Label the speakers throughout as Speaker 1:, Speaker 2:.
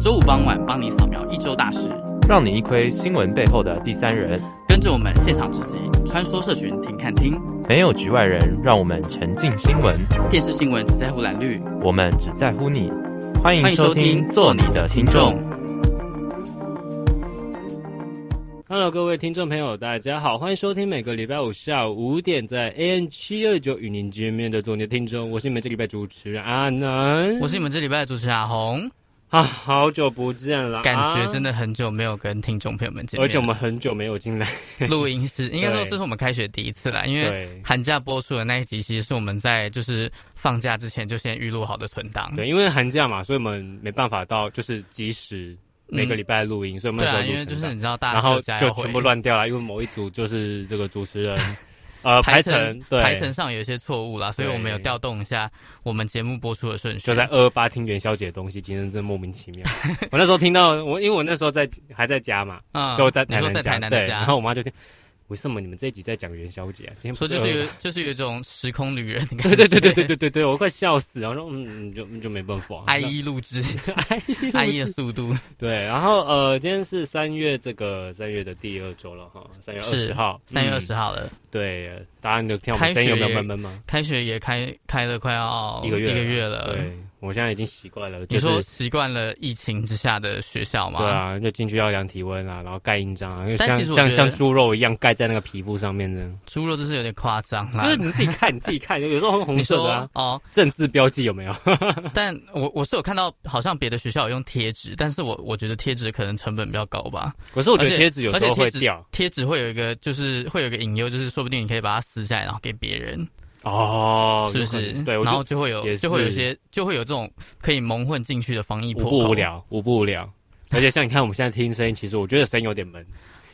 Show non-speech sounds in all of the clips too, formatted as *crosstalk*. Speaker 1: 周五傍晚帮你扫描一周大事，
Speaker 2: 让你一窥新闻背后的第三人。
Speaker 1: 跟着我们现场直击，穿梭社群，听看听。
Speaker 2: 没有局外人，让我们沉浸新闻。
Speaker 1: 电视新闻只在乎蓝绿，
Speaker 2: 我们只在乎你。欢迎
Speaker 1: 欢迎收
Speaker 2: 收听
Speaker 1: 听
Speaker 2: 《
Speaker 1: 做
Speaker 2: 做
Speaker 1: 你
Speaker 2: 你
Speaker 1: 的
Speaker 2: 的
Speaker 1: 听
Speaker 2: 听
Speaker 1: 众
Speaker 2: 众》。
Speaker 3: Hello，各位听众朋友，大家好，欢迎收听每个礼拜五下午五点在 AN 七二九与您见面的总结听众，我是你们这礼拜主持人阿南。
Speaker 1: 我是你们这礼拜的主持人阿红，
Speaker 3: 啊，好久不见了，
Speaker 1: 感觉
Speaker 3: 啊
Speaker 1: 真的很久没有跟听众朋友 *laughs* 们见面了，
Speaker 3: 而且我们很久没有进来，
Speaker 1: 录音室应该说
Speaker 3: 对
Speaker 1: 这是我们开学第一次啦，因为
Speaker 3: 对
Speaker 1: 寒假播出的那一集其实是我们在就是放假之前就先预录好的存档。
Speaker 3: 对，因为寒假嘛，所以我们没办法到就是及时每个礼拜录音，所以我们
Speaker 1: 对
Speaker 3: 那时候
Speaker 1: 啊，因
Speaker 3: 录
Speaker 1: 为
Speaker 3: 成
Speaker 1: 就是
Speaker 3: 档
Speaker 1: 你知道大家
Speaker 3: 然后
Speaker 1: 暑假
Speaker 3: 就
Speaker 1: 要回
Speaker 3: 全部乱掉了，因为某一组就是这个主持人呃
Speaker 1: 排
Speaker 3: 排
Speaker 1: 程
Speaker 3: 程对
Speaker 1: 排程上有一些错误啦，所以
Speaker 3: 对
Speaker 1: 我们有调动一下我们节目播出的顺序。
Speaker 3: 就在二二八听元宵节的东西，今天真莫名其妙。 *laughs* 我那时候听到我，因为我那时候在还在家嘛，
Speaker 1: 嗯，
Speaker 3: 就在
Speaker 1: 你
Speaker 3: 台
Speaker 1: 说
Speaker 3: 南
Speaker 1: 在
Speaker 3: 家，
Speaker 1: 台南的
Speaker 3: 对，
Speaker 1: 家，
Speaker 3: 然后我妈就听，为什么你们这一集在讲元宵节啊？今天不
Speaker 1: 说
Speaker 3: 是
Speaker 1: 就是有
Speaker 3: 22
Speaker 1: 就是有一种时空旅人的感
Speaker 3: 对
Speaker 1: 觉，
Speaker 3: *laughs* 对对对对，对对对，我快笑死了，然后嗯，就就没办法。
Speaker 1: *laughs* 爱一录
Speaker 3: *laughs*
Speaker 1: 制，爱一的速度，
Speaker 3: 对，然后呃，今天是三月这个三月的第二周了哈，三月二
Speaker 1: 是
Speaker 3: 十号，
Speaker 1: 三月二十
Speaker 3: 号，
Speaker 1: 号了，
Speaker 3: 对，大家你有听我们声音有没有闷闷吗？
Speaker 1: 开学也开开了快要
Speaker 3: 一个月
Speaker 1: 哦一
Speaker 3: 了
Speaker 1: 个月了。
Speaker 3: 对，我现在已经习惯了，就
Speaker 1: 你说
Speaker 3: 是。
Speaker 1: 习惯了疫情之下的学校吗？
Speaker 3: 对啊，就进去要量体温啊，然后盖印章啊，就
Speaker 1: 但
Speaker 3: 像
Speaker 1: 其实我
Speaker 3: 像
Speaker 1: 觉得
Speaker 3: 像猪肉一样盖在那个皮肤上面这样。
Speaker 1: 猪肉就是有点夸张啦。
Speaker 3: *laughs* 就是你自己看，你自己看，有有时候红红
Speaker 1: 你
Speaker 3: 色
Speaker 1: 说
Speaker 3: *laughs* 的、啊、
Speaker 1: 哦，
Speaker 3: 政治标记有没有？ *laughs*
Speaker 1: 但我我是有看到，好像别的学校有用贴纸，但是我我觉得贴纸可能成本比较高吧。
Speaker 3: 可是我觉
Speaker 1: 而且
Speaker 3: 得贴纸有时候
Speaker 1: 而
Speaker 3: 会
Speaker 1: 且贴纸
Speaker 3: 掉
Speaker 1: 贴纸会有一个就是会有一个隐忧，就是说不定你可以把它撕下来，然后给别人，
Speaker 3: 哦，
Speaker 1: 是不
Speaker 3: 有可
Speaker 1: 是
Speaker 3: 能？对，我
Speaker 1: 然
Speaker 3: 就
Speaker 1: 后就会有
Speaker 3: 也是
Speaker 1: 就会有一些就会有这种可以蒙混进去的防疫破
Speaker 3: 五
Speaker 1: 口。
Speaker 3: 不无聊，五不无聊。 *laughs* 而且像你看，我们现在听声音，其实我觉得声音有点闷，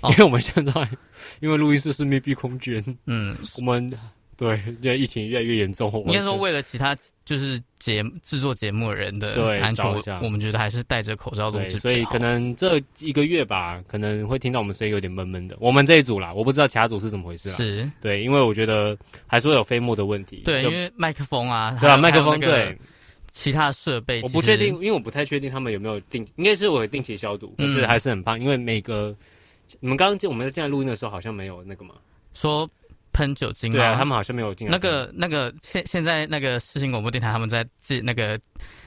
Speaker 1: 哦
Speaker 3: 因为我们现在 *laughs* 因为录音室是密闭空间，
Speaker 1: 嗯，
Speaker 3: 我们对，这疫情越来越严重，我
Speaker 1: 应
Speaker 3: 们
Speaker 1: 该说为了其他就是节制作节目的人的
Speaker 3: 对
Speaker 1: 安全，
Speaker 3: 着
Speaker 1: 我
Speaker 3: 想
Speaker 1: 我们觉得还是戴着口罩录
Speaker 3: 对，
Speaker 1: 制比较好。
Speaker 3: 所以可能这一个月吧，可能会听到我们声音有点闷闷的。我们这一组啦，我不知道其他组是怎么回事啦。
Speaker 1: 是
Speaker 3: 对，因为我觉得还是会有飞沫的问题。
Speaker 1: 对，
Speaker 3: 就
Speaker 1: 因为麦克风啊，
Speaker 3: 对
Speaker 1: 还
Speaker 3: 啊，
Speaker 1: 有
Speaker 3: 麦克风
Speaker 1: 还有那个
Speaker 3: 对，
Speaker 1: 其他设备，
Speaker 3: 我不
Speaker 1: 其实
Speaker 3: 确定，因为我不太确定他们有没有定，应该是我有定期消毒，可是
Speaker 1: 嗯
Speaker 3: 还是很胖，因为每个你们刚刚进我们在进来录音的时候好像没有那个嘛，
Speaker 1: 说喷酒精
Speaker 3: 对啊，
Speaker 1: 吗
Speaker 3: 他们好像没有进来
Speaker 1: 那个那个现现在那个世新广播电台他们在自那个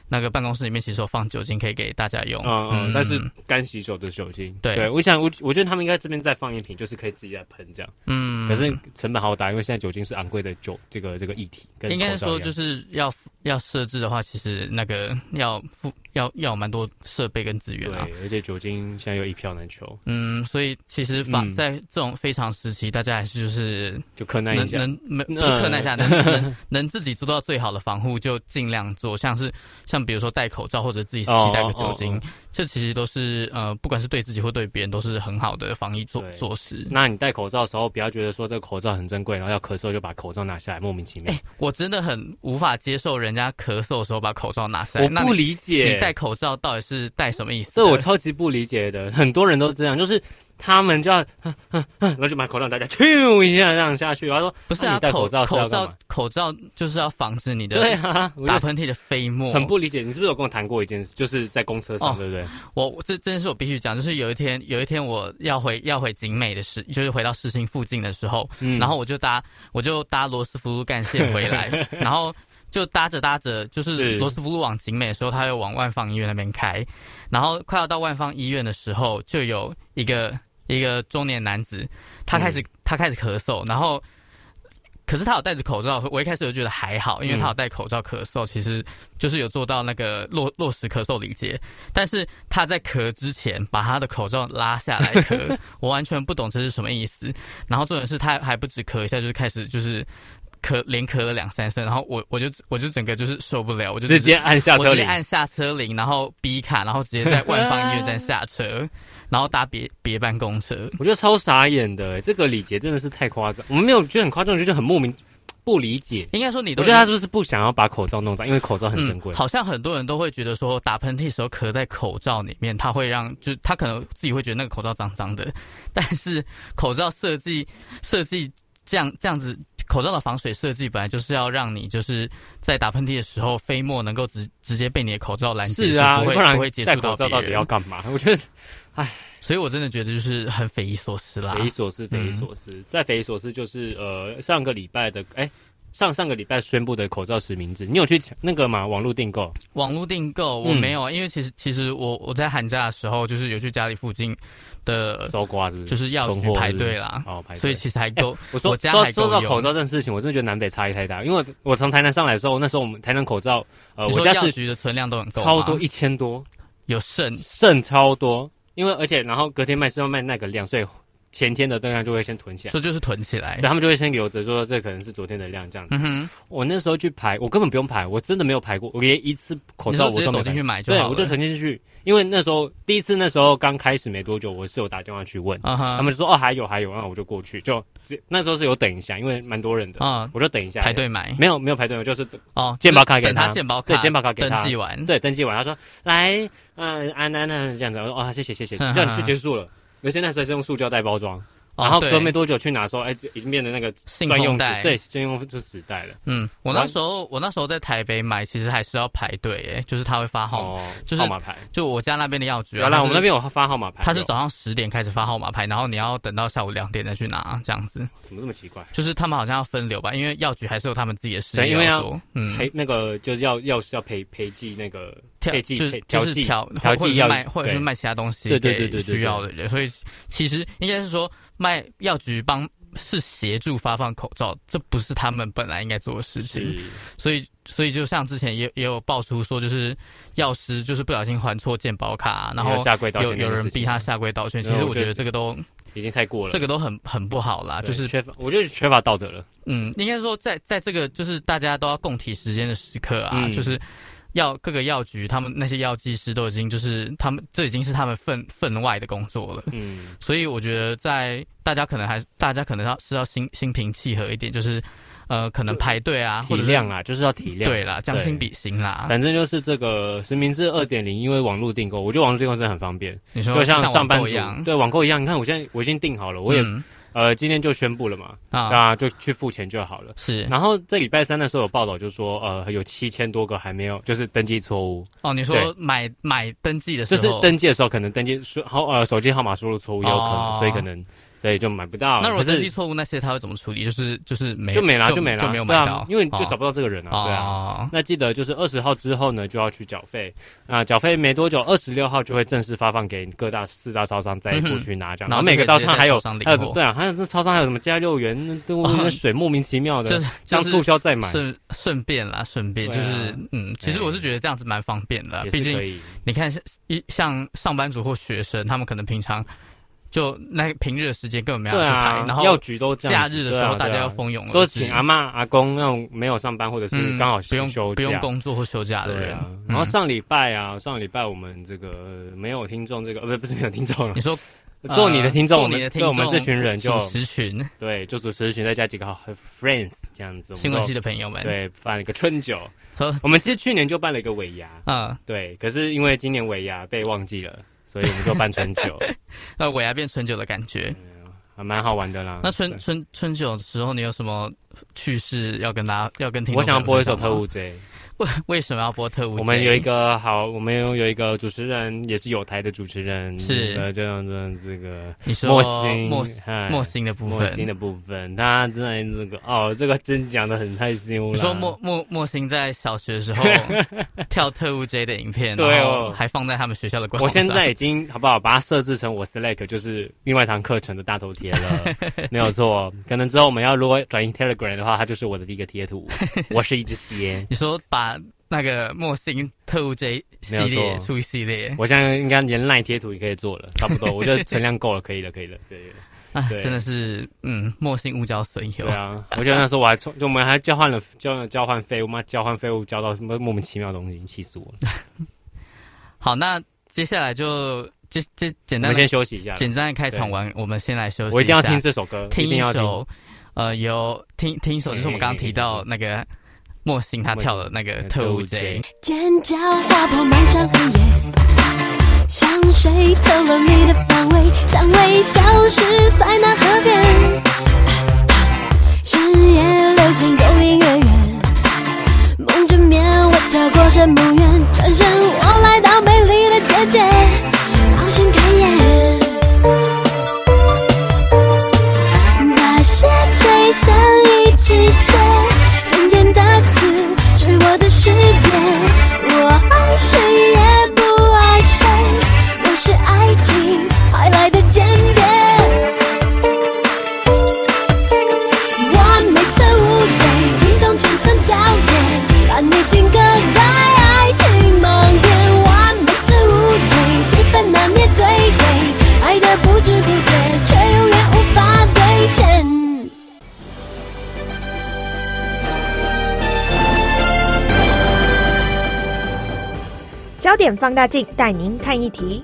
Speaker 1: 那个办公室里面其实有放酒精可以给大家用，
Speaker 3: 嗯嗯，但是干洗手的酒精，
Speaker 1: 对
Speaker 3: 我想我我觉得他们应该这边再放一瓶，就是可以自己来喷这样，
Speaker 1: 嗯，
Speaker 3: 可是成本好大，因为现在酒精是昂贵的酒这个这个议题，跟
Speaker 1: 应该
Speaker 3: 口罩
Speaker 1: 说
Speaker 3: 一样
Speaker 1: 就是要要设置的话，其实那个要付要要有蛮多设备跟资源啊，
Speaker 3: 对，而且酒精现在又一票难求，
Speaker 1: 嗯，所以其实防、
Speaker 3: 嗯
Speaker 1: 在这种非常时期，大家还是就是
Speaker 3: 就困难一
Speaker 1: 能
Speaker 3: 下，
Speaker 1: 能没不
Speaker 3: 嗯
Speaker 1: 是克难一下，
Speaker 3: *laughs*
Speaker 1: 能能能自己做到最好的防护就尽量做，像是像比如说戴口罩或者自己携带个酒
Speaker 3: 哦
Speaker 1: 精
Speaker 3: 哦，
Speaker 1: 这其实都是呃，不管是对自己或对别人都是很好的防疫措
Speaker 3: 对
Speaker 1: 措施。
Speaker 3: 那你戴口罩的时候，不要觉得说这个口罩很珍贵，然后要咳嗽就把口罩拿下来，莫名其妙。
Speaker 1: 哎，我真的很无法接受人家咳嗽的时候把口罩拿下来。
Speaker 3: 我
Speaker 1: 那
Speaker 3: 不
Speaker 1: 你
Speaker 3: 理解，
Speaker 1: 你戴口罩到底是戴什么意思？
Speaker 3: 这我超级不理解的，很多人都这样，就是他们就要， *laughs* 哼哼哼然后就把口罩大家咻一下这样下去，然后说
Speaker 1: 不是
Speaker 3: 那
Speaker 1: 啊，
Speaker 3: 你戴
Speaker 1: 口
Speaker 3: 口罩是
Speaker 1: 口
Speaker 3: 要干
Speaker 1: 罩
Speaker 3: 嘛
Speaker 1: 口罩就是要防止你
Speaker 3: 对
Speaker 1: 的
Speaker 3: 啊，我
Speaker 1: 打
Speaker 3: 就
Speaker 1: 喷嚏的飞沫，
Speaker 3: 很不理解，你是不是有跟我谈过一件事，就是在公车上，
Speaker 1: 哦
Speaker 3: 对不对？
Speaker 1: 我我这真是我必须讲，就是有一天，有一天我要回要回景美的时，就是回到市心附近的时候，
Speaker 3: 嗯
Speaker 1: 然后我就搭我就搭罗斯福路干线回
Speaker 3: *laughs*
Speaker 1: 来，然后就搭着搭着，就是
Speaker 3: 是
Speaker 1: 罗斯福路往景美的时候，它又往万方医院那边开，然后快要到万方医院的时候，就有一个一个中年男子，他开始、
Speaker 3: 嗯
Speaker 1: 他开始咳嗽，然后。可是他有戴着口罩，我一开始就觉得还好，
Speaker 3: 嗯
Speaker 1: 因为他有戴口罩咳嗽，其实就是有做到那个落落实咳嗽礼节。但是他在咳之前把他的口罩拉下来
Speaker 3: *laughs*
Speaker 1: 咳，我完全不懂这是什么意思。然后重点是他还不止咳一下，就是开始就是咳连咳了两三声，然后我我就我就整个就是受不了，我就
Speaker 3: 直接按下
Speaker 1: 我
Speaker 3: 车
Speaker 1: 直接
Speaker 3: 铃，
Speaker 1: 按下车铃，然后 B 卡，然后直接在万方医院站下车，然后搭别别班公车。
Speaker 3: 我觉得超傻眼的，欸这个礼节真的是太夸张，我们没有觉得很夸张，我觉得很莫名不理解。
Speaker 1: 应该说你都
Speaker 3: 我觉得他是嗯不是不想要把口罩弄脏，因为口罩很珍贵。
Speaker 1: 嗯好像很多人都会觉得说打喷嚏时候咳在口罩里面，它会让就是他可能自己会觉得那个 *laughs* 口罩脏脏的，但是口罩设计设计这样这样子口罩的防水设计本来就是要让你就是在打喷嚏的时候，飞沫能够直直接被你的口罩拦截，
Speaker 3: 是啊，
Speaker 1: 不会
Speaker 3: 不然
Speaker 1: 不会接
Speaker 3: 戴
Speaker 1: 触
Speaker 3: 口
Speaker 1: 到
Speaker 3: 罩
Speaker 1: 别
Speaker 3: 到底要
Speaker 1: 人。
Speaker 3: 干嘛？ *laughs* 我觉得
Speaker 1: 所以我真的觉得就是很匪夷所思啦。
Speaker 3: 匪夷所思，匪夷所思。
Speaker 1: 嗯
Speaker 3: 再匪夷所思就是呃，上个礼拜的哎、上上个礼拜宣布的口罩实名制，你有去抢那个吗？网络订购？
Speaker 1: 网络订购我
Speaker 3: 嗯
Speaker 1: 没有，啊，因为其实其实我我在寒假的时候就是有去家里附近的，
Speaker 3: 搜刮是不是？
Speaker 1: 呃就是药
Speaker 3: 囤
Speaker 1: 局
Speaker 3: 货
Speaker 1: 排
Speaker 3: 是不是
Speaker 1: 队啦，
Speaker 3: 哦，排队
Speaker 1: 所以其实还够。
Speaker 3: 我说
Speaker 1: 我家
Speaker 3: 说
Speaker 1: 还够
Speaker 3: 说到
Speaker 1: 用
Speaker 3: 口罩这件事情，我真的觉得南北差异太大。因为我我从台南上来的时候，那时候我们台南口罩，呃，
Speaker 1: 你
Speaker 3: 我
Speaker 1: 说
Speaker 3: 家
Speaker 1: 药
Speaker 3: 是
Speaker 1: 局的存量都很够吗，
Speaker 3: 超多一千多，
Speaker 1: 有剩
Speaker 3: 剩超多。因为而且然后隔天卖是要卖那个量，所以前天的当然就会先囤起来，
Speaker 1: 这就是囤起来
Speaker 3: 对。他啊们就会先留着，说这可能是昨天的量这样子。
Speaker 1: 嗯哼，
Speaker 3: 我那时候去排，我根本不用排，我真的没有排过，我连一次口
Speaker 1: 你
Speaker 3: 罩
Speaker 1: 说直
Speaker 3: 我
Speaker 1: 接
Speaker 3: 都没
Speaker 1: 走
Speaker 3: 有
Speaker 1: 进去买就
Speaker 3: 对，
Speaker 1: 好了。
Speaker 3: 我就曾经进去，因为那时候第一次那时候刚开始没多久，我是有打电话去问，
Speaker 1: 嗯哼，
Speaker 3: 他们就说哦还有还有，然后我就过去，就直那时候是有等一下，因为蛮多人的，
Speaker 1: 嗯
Speaker 3: 我就等一下
Speaker 1: 排，队买
Speaker 3: 没有没有排队，我就是
Speaker 1: 哦，
Speaker 3: *laughs* 健保卡
Speaker 1: 就是
Speaker 3: 给他
Speaker 1: 等健保卡
Speaker 3: 对健保卡给
Speaker 1: 登
Speaker 3: 他
Speaker 1: 记完，
Speaker 3: 对登记完，他说来，嗯安安安这样子，我说哦谢谢谢谢，这样就结束了。而且那时候是用塑胶袋包装，
Speaker 1: 嗯哦
Speaker 3: 然后
Speaker 1: 对
Speaker 3: 隔没多久去拿的时候，哎，已经变成那个
Speaker 1: 信
Speaker 3: 专
Speaker 1: 封
Speaker 3: 用纸
Speaker 1: 袋，
Speaker 3: 对，专用就纸袋了。
Speaker 1: 嗯，我
Speaker 3: 完
Speaker 1: 那时候我那时候在台北买，其实还是要排队，诶，就是他会发号，
Speaker 3: 哦，
Speaker 1: 就是
Speaker 3: 号码牌。
Speaker 1: 就我家那边的药局
Speaker 3: 不
Speaker 1: 啊，
Speaker 3: 要啦，
Speaker 1: 它是
Speaker 3: 我们那边有发号码牌哦，
Speaker 1: 他是早上十点开始发号码牌，然后你要等到下午两点再去拿，这样子。
Speaker 3: 怎么这么奇怪？
Speaker 1: 就是他们好像要分流吧，因为药局还是有他们自己的事
Speaker 3: 对因
Speaker 1: 业
Speaker 3: 为
Speaker 1: 要
Speaker 3: 要
Speaker 1: 做。嗯，
Speaker 3: 陪那个就是要要是要陪陪寄那个
Speaker 1: 调
Speaker 3: 配剂
Speaker 1: 就是
Speaker 3: 配
Speaker 1: 就
Speaker 3: 调
Speaker 1: 是
Speaker 3: 剂
Speaker 1: 调
Speaker 3: 调
Speaker 1: 或者
Speaker 3: 剂
Speaker 1: 是
Speaker 3: 药
Speaker 1: 卖或者是
Speaker 3: 对
Speaker 1: 卖其他东西
Speaker 3: 对对对
Speaker 1: 给
Speaker 3: 对对
Speaker 1: 需要的人，所以其实应该是说卖药局帮是协助发放口罩，这不是他们本来应该做的事情。
Speaker 3: 是
Speaker 1: 所以所以就像之前也也有爆出说，就是药师就是不小心还错健保卡，然
Speaker 3: 要
Speaker 1: 后
Speaker 3: 下跪道歉
Speaker 1: 有
Speaker 3: 那
Speaker 1: 有
Speaker 3: 个
Speaker 1: 人
Speaker 3: 事情
Speaker 1: 逼他下跪道歉，其
Speaker 3: 对
Speaker 1: 实
Speaker 3: 我
Speaker 1: 我
Speaker 3: 觉
Speaker 1: 觉
Speaker 3: 得
Speaker 1: 得这个都
Speaker 3: 已经太过了，
Speaker 1: 这个都很很不好啦，
Speaker 3: 对
Speaker 1: 就是
Speaker 3: 缺乏，我觉得缺乏道德了。
Speaker 1: 嗯，应该说在在这个就是大家都要共体时间的时刻啊，
Speaker 3: 嗯
Speaker 1: 就是药各个药局他们那些药剂师都已经就是他们这已经是他们分分外的工作了，
Speaker 3: 嗯，
Speaker 1: 所以我觉得在大家可能还大家可能要是要心心平气和一点，就是呃可能
Speaker 3: 就
Speaker 1: 排队啊或
Speaker 3: 体
Speaker 1: 者
Speaker 3: 谅
Speaker 1: 啊，
Speaker 3: 啊，就是要体谅。
Speaker 1: 对啊啦，将心比心啦。
Speaker 3: 反正就是这个实名制二点零，因为网络订购，我觉得网络订购真的很方便，
Speaker 1: 你说
Speaker 3: 就像
Speaker 1: 像
Speaker 3: 上班
Speaker 1: 网
Speaker 3: 族
Speaker 1: 购一样，
Speaker 3: 对网购一样。你看，我现在我已经订好了，我也、
Speaker 1: 嗯
Speaker 3: 呃今天就宣布了嘛，
Speaker 1: 啊
Speaker 3: 啊就去付钱就好了。
Speaker 1: 是
Speaker 3: 然后在礼拜三的时候有报道，就说呃有七千多个还没有，就是登记错误，
Speaker 1: 哦，你
Speaker 3: 对
Speaker 1: 说买买登记的时
Speaker 3: 就
Speaker 1: 候
Speaker 3: 是登记的时候可能登记输号呃手机号码输入错误也有可能，
Speaker 1: 哦
Speaker 3: 所以可能对就买不到。
Speaker 1: 那如果
Speaker 3: 可是
Speaker 1: 登记错误那些他会怎么处理？就是就是没
Speaker 3: 就没啦，
Speaker 1: 就
Speaker 3: 就没啦，
Speaker 1: 就没有
Speaker 3: 对
Speaker 1: 买
Speaker 3: 啊
Speaker 1: 到，
Speaker 3: 因为你就
Speaker 1: 哦
Speaker 3: 找不到这个人啊，对啊。
Speaker 1: 哦，
Speaker 3: 那记得就是二十号之后呢，就要去缴费。那缴费没多久，二十六号就会正式发放给各大四大超商再过去拿这
Speaker 1: 嗯哼
Speaker 3: 样。
Speaker 1: 然后
Speaker 3: 每个
Speaker 1: 就可以直接
Speaker 3: 超商还有
Speaker 1: 在超商领
Speaker 3: 还有什么
Speaker 1: 货哦
Speaker 3: 对啊，还有这超商还有什么加六元、那动物园水，莫名其妙
Speaker 1: 就
Speaker 3: 的
Speaker 1: 是
Speaker 3: 啊当
Speaker 1: 就是
Speaker 3: 促销再买，
Speaker 1: 顺顺便啦，顺便
Speaker 3: 对
Speaker 1: 就
Speaker 3: 啊哎
Speaker 1: 是嗯，其实我是觉得这样子蛮方便的啦，啊
Speaker 3: 也
Speaker 1: 毕
Speaker 3: 是可
Speaker 1: 竟
Speaker 3: 以。
Speaker 1: 你看像一像上班族或学生，他们可能平常就那平日的时间根本没有
Speaker 3: 对
Speaker 1: 去排
Speaker 3: 啊，，
Speaker 1: 然
Speaker 3: 药
Speaker 1: 后
Speaker 3: 局都这
Speaker 1: 假
Speaker 3: 样子
Speaker 1: 日的
Speaker 3: 对
Speaker 1: 时
Speaker 3: 啊
Speaker 1: 候大
Speaker 3: 对
Speaker 1: 家
Speaker 3: 啊
Speaker 1: 要蜂拥而
Speaker 3: 都
Speaker 1: 至
Speaker 3: 请阿嬷阿公那种没有上班或者是
Speaker 1: 嗯
Speaker 3: 刚好
Speaker 1: 不用
Speaker 3: 休
Speaker 1: 不用
Speaker 3: 假。
Speaker 1: 工作或休假的
Speaker 3: 对
Speaker 1: 人
Speaker 3: 啊，，
Speaker 1: 嗯
Speaker 3: 然后上礼拜啊，上礼拜我们这个呃没有听众，这个呃不是没有听众了
Speaker 1: *laughs* 你，说
Speaker 3: *laughs* 做你的听众，
Speaker 1: 呃
Speaker 3: 我
Speaker 1: 做你
Speaker 3: 们
Speaker 1: 的听
Speaker 3: 对我们这群人就
Speaker 1: 主持群
Speaker 3: 对，就主持群再加几个好呃 friends 这样子，我
Speaker 1: 新
Speaker 3: 们
Speaker 1: 闻
Speaker 3: 就
Speaker 1: 系的朋友们，
Speaker 3: 对办了一个春酒。
Speaker 1: 说
Speaker 3: 我们其实去年就办了一个尾牙，
Speaker 1: 嗯，
Speaker 3: 对，可是因为今年尾牙被忘记了，所以我们就办春
Speaker 1: *laughs*
Speaker 3: 酒，
Speaker 1: 那尾牙变春酒的感觉。
Speaker 3: 还蛮好玩的啦。
Speaker 1: 那春
Speaker 3: 对
Speaker 1: 春春酒的时候，你有什么趣事要跟大家要跟听众
Speaker 3: 我
Speaker 1: 朋友
Speaker 3: 想要播一首
Speaker 1: 分享
Speaker 3: 特
Speaker 1: 吗
Speaker 3: 务 J，
Speaker 1: 为为什么要播特务节？
Speaker 3: 我们有一个好，我们有有一个主持人也是有台的主持人，
Speaker 1: 是
Speaker 3: 呃，这样子这个
Speaker 1: 你说
Speaker 3: 莫欣
Speaker 1: 莫
Speaker 3: 嗨
Speaker 1: 莫欣的部
Speaker 3: 莫欣
Speaker 1: 分。
Speaker 3: 的部分，他真的这个哦，这个真讲的很害羞
Speaker 1: 你
Speaker 3: 啦。
Speaker 1: 说莫莫莫欣在小学的时候
Speaker 3: *laughs*
Speaker 1: 跳特务 J 的影片，
Speaker 3: 对哦
Speaker 1: 然后还放在他们学校的官
Speaker 3: 我
Speaker 1: 网上。
Speaker 3: 现在已经好不好，把它设置成我 Slack 就是另外一堂课程的大头贴
Speaker 1: *laughs*
Speaker 3: 了，没有错。可能之后我们要如果转移 Telegram 的话，它就是我的第一个贴
Speaker 1: *laughs*
Speaker 3: 图。我是一只蝎，
Speaker 1: 你说把那个莫欣特务 J 系
Speaker 3: 没有
Speaker 1: 列
Speaker 3: 错
Speaker 1: 出一系列，
Speaker 3: 我现在应该连 LINE 贴图也可以做了，差不多，我觉得存量够了，可以了，可以了。对
Speaker 1: 啊，
Speaker 3: 对
Speaker 1: 真的是嗯，莫欣误交损友
Speaker 3: 对。啊，我记得那时候我还充，就我们还交换了交交换废物，妈交换废物交到什么莫名其妙的东西，气死我了。
Speaker 1: 好，那接下来就这这简
Speaker 3: 我
Speaker 1: 单
Speaker 3: 们
Speaker 1: 的
Speaker 3: 先休息一下，
Speaker 1: 简单的开场完，我们先来休息下。
Speaker 3: 我一定要听这首歌，一
Speaker 1: 听
Speaker 3: 定
Speaker 1: 一
Speaker 3: 要听。
Speaker 1: 首，呃，有听听一首，就是我们刚刚提到那个莫欣他跳的那个特务 J，
Speaker 4: 尖叫划破漫长黑夜，香水透露你的方位，香味消失在那河边。深夜流行有音乐院，梦枕眠，我跳过圣母院，转身我来到美丽的姐姐，冒险开眼。那些追像一只蟹，鲜艳的字是我的识别。我爱谁也不爱谁，我是爱情派来的间谍。完美的无解，运动全场焦点，把你定格在爱情盲点。完美的无解，兴奋难免醉鬼，爱的不知不觉，却永远无法兑现。
Speaker 5: 焦点放大镜带您看一题。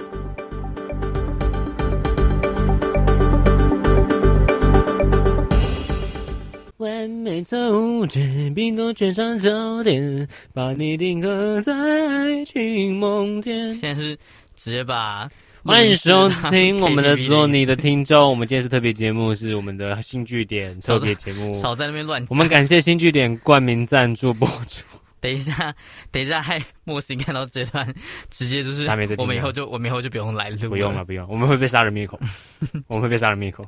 Speaker 3: 完美凑整，冰冻全场焦点，把你定格在爱情梦间。
Speaker 1: 现在是直接把
Speaker 3: 欢迎收听我们的
Speaker 1: KTV
Speaker 3: 做你的听众，我们今天是特别节目，是我们的新据点特别节
Speaker 1: *laughs*
Speaker 3: 目。
Speaker 1: 少在那边乱讲。
Speaker 3: 我们感谢新据点冠名赞助播出。
Speaker 1: 等一下，等一下，害莫欣看到这段，直接就是
Speaker 3: 他没在听啊
Speaker 1: 我们以后就我们以后就 *laughs* 不用来录，
Speaker 3: 不用了，。不用，我们会被杀人
Speaker 1: *laughs*
Speaker 3: 灭口，我们会被杀人灭口。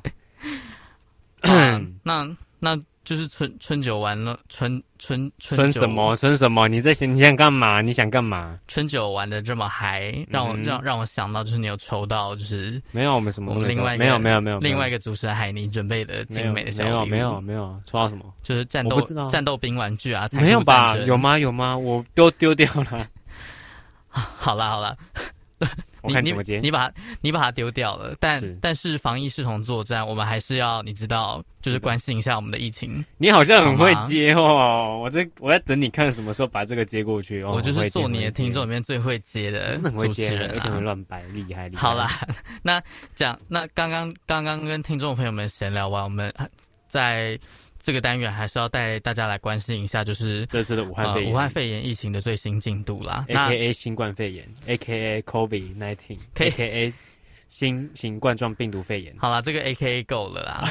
Speaker 1: 啊 *coughs* 那那就是春春酒完了，春春春
Speaker 3: 存
Speaker 1: 酒
Speaker 3: 什么？存什么？你在想你想干嘛？你想干嘛？
Speaker 1: 春酒玩的这么嗨，让我、
Speaker 3: 嗯哼
Speaker 1: 让让我想到就是你有抽到就是
Speaker 3: 没有，我们什么
Speaker 1: 我
Speaker 3: 都
Speaker 1: 们
Speaker 3: 没
Speaker 1: 另
Speaker 3: 收
Speaker 1: 外一个
Speaker 3: 没有没有没有
Speaker 1: 另外一
Speaker 3: 个
Speaker 1: 个主持人海尼准备的
Speaker 3: 没
Speaker 1: 精
Speaker 3: 有
Speaker 1: 美的小
Speaker 3: 没有
Speaker 1: 礼物
Speaker 3: 没有没有抽到什么？
Speaker 1: 就是战
Speaker 3: 我
Speaker 1: 斗
Speaker 3: 不知道
Speaker 1: 战斗兵玩具啊，
Speaker 3: 没有吧？
Speaker 1: 财富战争
Speaker 3: 有？吗？有吗？我都丢掉了，
Speaker 1: *laughs* 好啦好啦，
Speaker 3: *laughs* 我看你怎么接
Speaker 1: 你。把你把它丢掉了，但
Speaker 3: 是
Speaker 1: 但是防疫视同作战，我们还是要你知道，就是
Speaker 3: 是的
Speaker 1: 关心一下我们的疫情。
Speaker 3: 你好像很会
Speaker 1: 好吗
Speaker 3: 接哦，我在我在等你看什么时候把这个接过去。哦、
Speaker 1: 我就
Speaker 3: 很会
Speaker 1: 是
Speaker 3: 接
Speaker 1: 做你的听，众
Speaker 3: 很
Speaker 1: 里
Speaker 3: 会
Speaker 1: 面最会接
Speaker 3: 接
Speaker 1: 的
Speaker 3: 真的很会
Speaker 1: 主持
Speaker 3: 接，
Speaker 1: 人、
Speaker 3: 而且会
Speaker 1: 啊。
Speaker 3: 乱摆，厉害厉害。
Speaker 1: 好啦，， *laughs* 那讲那刚刚刚刚跟听众朋友们闲聊完，我们呃在这个单元还是要带大家来关心一下，就是
Speaker 3: 这次的武汉
Speaker 1: 呃
Speaker 3: 肺炎，
Speaker 1: 武汉肺炎疫情的最新进度啦。
Speaker 3: A
Speaker 1: 那
Speaker 3: K A 新冠肺炎，A K A COVID nineteen
Speaker 1: K-
Speaker 3: ，A K A 新型冠状病毒肺炎。
Speaker 1: 好啦，这个 A K A 够了啦，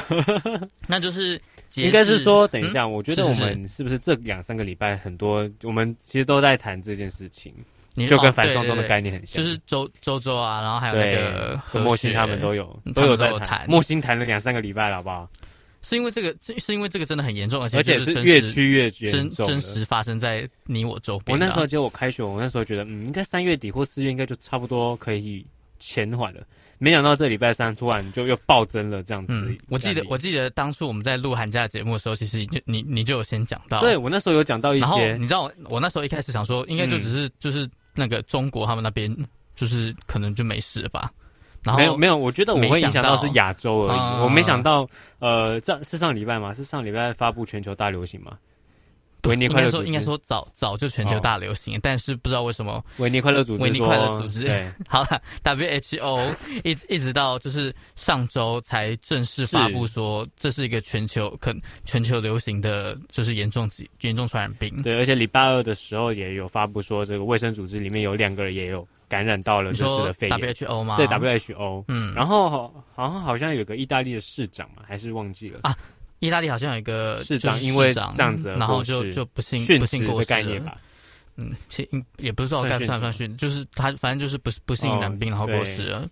Speaker 3: *laughs*
Speaker 1: 那就是嗯截至
Speaker 3: 应该是说，等一下，我觉得
Speaker 1: 是
Speaker 3: 我
Speaker 1: 是是
Speaker 3: 们是不是这两三个礼拜很多，我们其实都在谈这件事情，
Speaker 1: 你
Speaker 3: 就跟
Speaker 1: 哦
Speaker 3: 反
Speaker 1: 对
Speaker 3: 送中的
Speaker 1: 对对
Speaker 3: 概念很像，
Speaker 1: 就是周周周啊，然后还有那
Speaker 3: 对
Speaker 1: 个，
Speaker 3: 跟
Speaker 1: 莫
Speaker 3: 莫欣他们都有
Speaker 1: 嗯
Speaker 3: 都有
Speaker 1: 他们
Speaker 3: 在
Speaker 1: 都有
Speaker 3: 谈，
Speaker 1: 谈
Speaker 3: 莫欣谈了两三个礼拜了，好不好？
Speaker 1: 是因为这个，这是因为这个真的很严重，而且
Speaker 3: 而且
Speaker 1: 就是是
Speaker 3: 越
Speaker 1: 真实
Speaker 3: 趋越严
Speaker 1: 真
Speaker 3: 重
Speaker 1: 真
Speaker 3: 了
Speaker 1: 实发生在你我周边
Speaker 3: 我
Speaker 1: 啊。
Speaker 3: 那时候就我开学，我那时候觉得，嗯，应该三月底或四月应该就差不多可以前缓了。没想到这礼拜三突然就又暴增了，这样子的压力、
Speaker 1: 嗯，我记得我记得当初我们在录寒假节目的时候，其实你就你你就有先讲到，
Speaker 3: 对，我那时候有讲到一
Speaker 1: 然后
Speaker 3: 些
Speaker 1: 你，知道我我那时候一开始想说，应该就只是、就是那个中国他们那边就是可能就没事了吧，然后
Speaker 3: 没有没有，我觉得我
Speaker 1: 没
Speaker 3: 会影
Speaker 1: 想
Speaker 3: 响到
Speaker 1: 到
Speaker 3: 是亚洲而已。
Speaker 1: 啊
Speaker 3: 我没想到，呃，这是上礼拜吗？是上礼拜发布全球大流行吗？维尼
Speaker 1: 应
Speaker 3: 快
Speaker 1: 该
Speaker 3: 乐哦
Speaker 1: 说
Speaker 3: 组
Speaker 1: 应该
Speaker 3: 织，
Speaker 1: 说早早就全球大流行，但是不知道为什么，
Speaker 3: 维尼快乐组织说，
Speaker 1: 维尼快乐组织
Speaker 3: 对， *laughs*
Speaker 1: 好了，WHO 一直一直到就是上周才正式发布说这是一个全球可全球流行的就是严重疾严重传染病。
Speaker 3: 对，而且礼拜二的时候也有发布说，这个卫生组织里面有两个人也有感染到了
Speaker 1: 你
Speaker 3: 这次
Speaker 1: 说
Speaker 3: 的肺炎，
Speaker 1: WHO 吗？
Speaker 3: 对 WHO。
Speaker 1: 嗯，
Speaker 3: 然后好，好像好像有个意大利的市长嘛，还是忘记了
Speaker 1: 啊，意大利好像有一个
Speaker 3: 市长
Speaker 1: 就是
Speaker 3: 因为
Speaker 1: 市长
Speaker 3: 这样子而
Speaker 1: 然后
Speaker 3: 过
Speaker 1: 就
Speaker 3: 世
Speaker 1: 就不幸
Speaker 3: 殉
Speaker 1: 不幸
Speaker 3: 职
Speaker 1: 过
Speaker 3: 的
Speaker 1: 世
Speaker 3: 概念
Speaker 1: 了
Speaker 3: 吧。
Speaker 1: 嗯，其嗯也不是说该
Speaker 3: 算
Speaker 1: 不
Speaker 3: 殉
Speaker 1: 算不算
Speaker 3: 职
Speaker 1: 殉，就是他反正就是不是不幸
Speaker 3: 哦
Speaker 1: 染病然后过世了。啊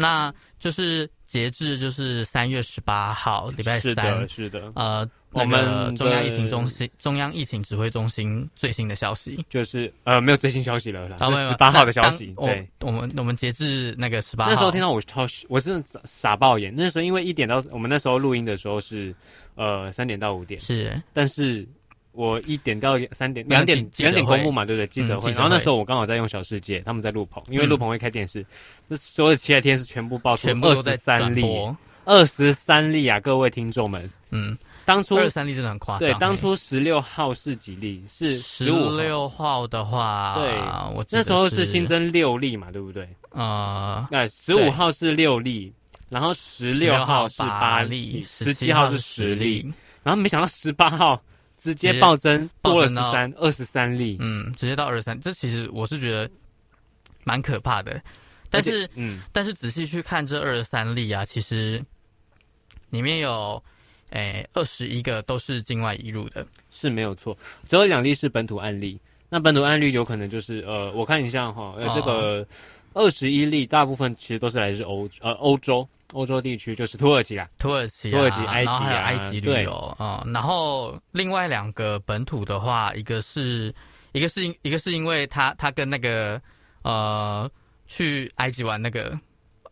Speaker 1: 那就是截至就是三月十八号礼拜
Speaker 3: 是
Speaker 1: 三
Speaker 3: 的，，是的，
Speaker 1: 呃，那
Speaker 3: 我们
Speaker 1: 个
Speaker 3: 的
Speaker 1: 中央疫情中心、中央疫情指挥中心最新的消息，
Speaker 3: 就是呃，没有最新消息了啦，
Speaker 1: 啊没
Speaker 3: 是
Speaker 1: 有
Speaker 3: 十八号的
Speaker 1: 那
Speaker 3: 消
Speaker 1: 当哦
Speaker 3: 息。
Speaker 1: 我
Speaker 3: 对，
Speaker 1: 我们我们截至那个十八号，
Speaker 3: 那时候听到我超，我是傻傻爆眼。那时候因为一点到我们那时候录音的时候是呃三点到五点，
Speaker 1: 是
Speaker 3: 但是我一点到三点
Speaker 1: 那
Speaker 3: 两
Speaker 1: 个
Speaker 3: 点
Speaker 1: 记
Speaker 3: 两点
Speaker 1: 记者会嗯
Speaker 3: 公布嘛，对不对？记者会。
Speaker 1: 记者
Speaker 3: 然后那
Speaker 1: 会嗯
Speaker 3: 时候我刚好在用小世界，他们在录棚，因为录棚会开电视，那所有七天是全部爆出
Speaker 1: 全部
Speaker 3: 二
Speaker 1: 都
Speaker 3: 十
Speaker 1: 在
Speaker 3: 三
Speaker 1: 转
Speaker 3: 例，
Speaker 1: 播，
Speaker 3: 二十三例啊！各位听众们，
Speaker 1: 嗯，
Speaker 3: 当初
Speaker 1: 二十三例真的很夸张欸。
Speaker 3: 对当初十六号是几例？是
Speaker 1: 十
Speaker 3: 十五
Speaker 1: 六号的话，
Speaker 3: 对
Speaker 1: 我记得
Speaker 3: 那时候
Speaker 1: 是
Speaker 3: 是新增六例嘛，对不对？
Speaker 1: 呃
Speaker 3: 那哎十五号是六例，然后十六号是
Speaker 1: 八
Speaker 3: 八
Speaker 1: 例，
Speaker 3: 十
Speaker 1: 七
Speaker 3: 七号是
Speaker 1: 是
Speaker 3: 十
Speaker 1: 例
Speaker 3: 例，，然后没想到十八号直接暴增，
Speaker 1: 嗯暴
Speaker 3: 多了
Speaker 1: 增
Speaker 3: 十
Speaker 1: 到
Speaker 3: 三二十三例。
Speaker 1: 嗯，直接到二十三，这其实我是觉得蛮可怕的。但
Speaker 3: 而
Speaker 1: 是
Speaker 3: 且嗯，
Speaker 1: 但是仔细去看这二十三例啊，其实里面有诶二十一个都是境外移入的。
Speaker 3: 是没有错，只有两例是本土案例。那本土案例有可能就是呃，我看一下哈，呃，
Speaker 1: 哦
Speaker 3: 这个二十一例大部分其实都是来自欧呃欧洲欧洲地区，就是土耳其啊，
Speaker 1: 土耳其、啊、
Speaker 3: 土耳其埃及啊
Speaker 1: 然后还有埃及旅
Speaker 3: 对
Speaker 1: 游啊、嗯然后另外两个本土的话，一个是一个是因一个是因为他他跟那个呃去埃及玩那个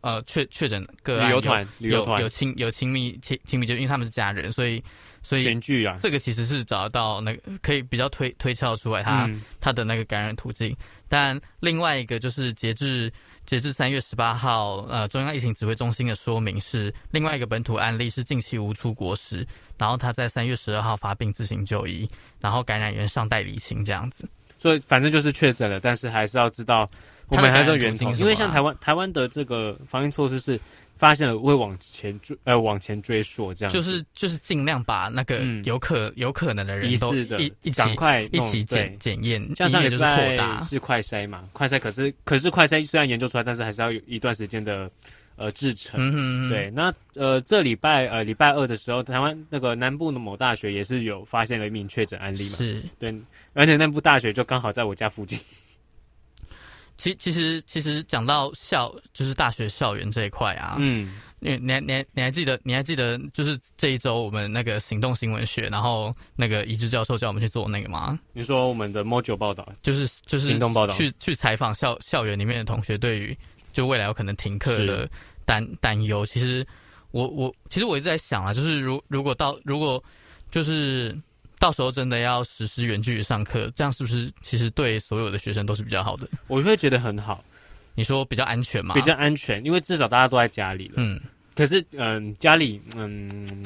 Speaker 1: 呃确确诊个案
Speaker 3: 旅游
Speaker 1: 有
Speaker 3: 团旅游
Speaker 1: 啊有有
Speaker 3: 团
Speaker 1: 亲有亲密亲亲密接触，因为他们是家人，所以所以
Speaker 3: 选举啊，
Speaker 1: 这个其实是找得到那个可以比较推推敲出来他、
Speaker 3: 嗯
Speaker 1: 它的那个感染途径。但另外一个就是截至截至三月十八号，呃，中央疫情指挥中心的说明是，另外一个本土案例是近期无出国时，然后他在三月十二号发病自行就医，然后感染源尚待厘清这样子。
Speaker 3: 所以反正就是确诊了，但是还是要知道我们还是要源
Speaker 1: 它的感染
Speaker 3: 头
Speaker 1: 途径，是什么啊
Speaker 3: 因为像台湾台湾的这个防疫措施是发现了会往前追呃往前追溯这样子，
Speaker 1: 就是就是尽量把那个
Speaker 3: 嗯
Speaker 1: 有可、有可能的
Speaker 3: 疑
Speaker 1: 人都
Speaker 3: 似的
Speaker 1: 一一起
Speaker 3: 赶快
Speaker 1: 一
Speaker 3: 弄
Speaker 1: 起检
Speaker 3: 对。
Speaker 1: 检验，
Speaker 3: 像上
Speaker 1: 一个就
Speaker 3: 礼
Speaker 1: 是扩
Speaker 3: 拜
Speaker 1: 大。
Speaker 3: 是快筛嘛，快筛可是可是快筛虽然研究出来，但是还是要有一段时间的呃制成。
Speaker 1: 嗯哼，
Speaker 3: 对，那呃，这礼拜呃礼拜二的时候，台湾那个南部的某大学也是有发现了一名确诊案例嘛。
Speaker 1: 是。
Speaker 3: 对，而且那部大学就刚好在我家附近。
Speaker 1: 其其实其实讲到校，就是大学校园这一块啊，
Speaker 3: 嗯，
Speaker 1: 你你还你还你还记得你还记得就是这一周我们那个行动新闻学，然后那个一志教授叫我们去做那个吗？
Speaker 3: 你说我们的 Mojo 报道
Speaker 1: 就是就是
Speaker 3: 行动报道
Speaker 1: 去去采访校校园里面的同学对于就未来有可能停课的担担忧。其实我我其实我一直在想啊，就是如如果到如果就是到时候真的要实施远距离上课，这样是不是其实对所有的学生都是比较好的？
Speaker 3: 我就会觉得很好，
Speaker 1: 你说比较安全嘛？
Speaker 3: 比较安全，因为至少大家都在家里了。
Speaker 1: 嗯
Speaker 3: 可是嗯，家里嗯，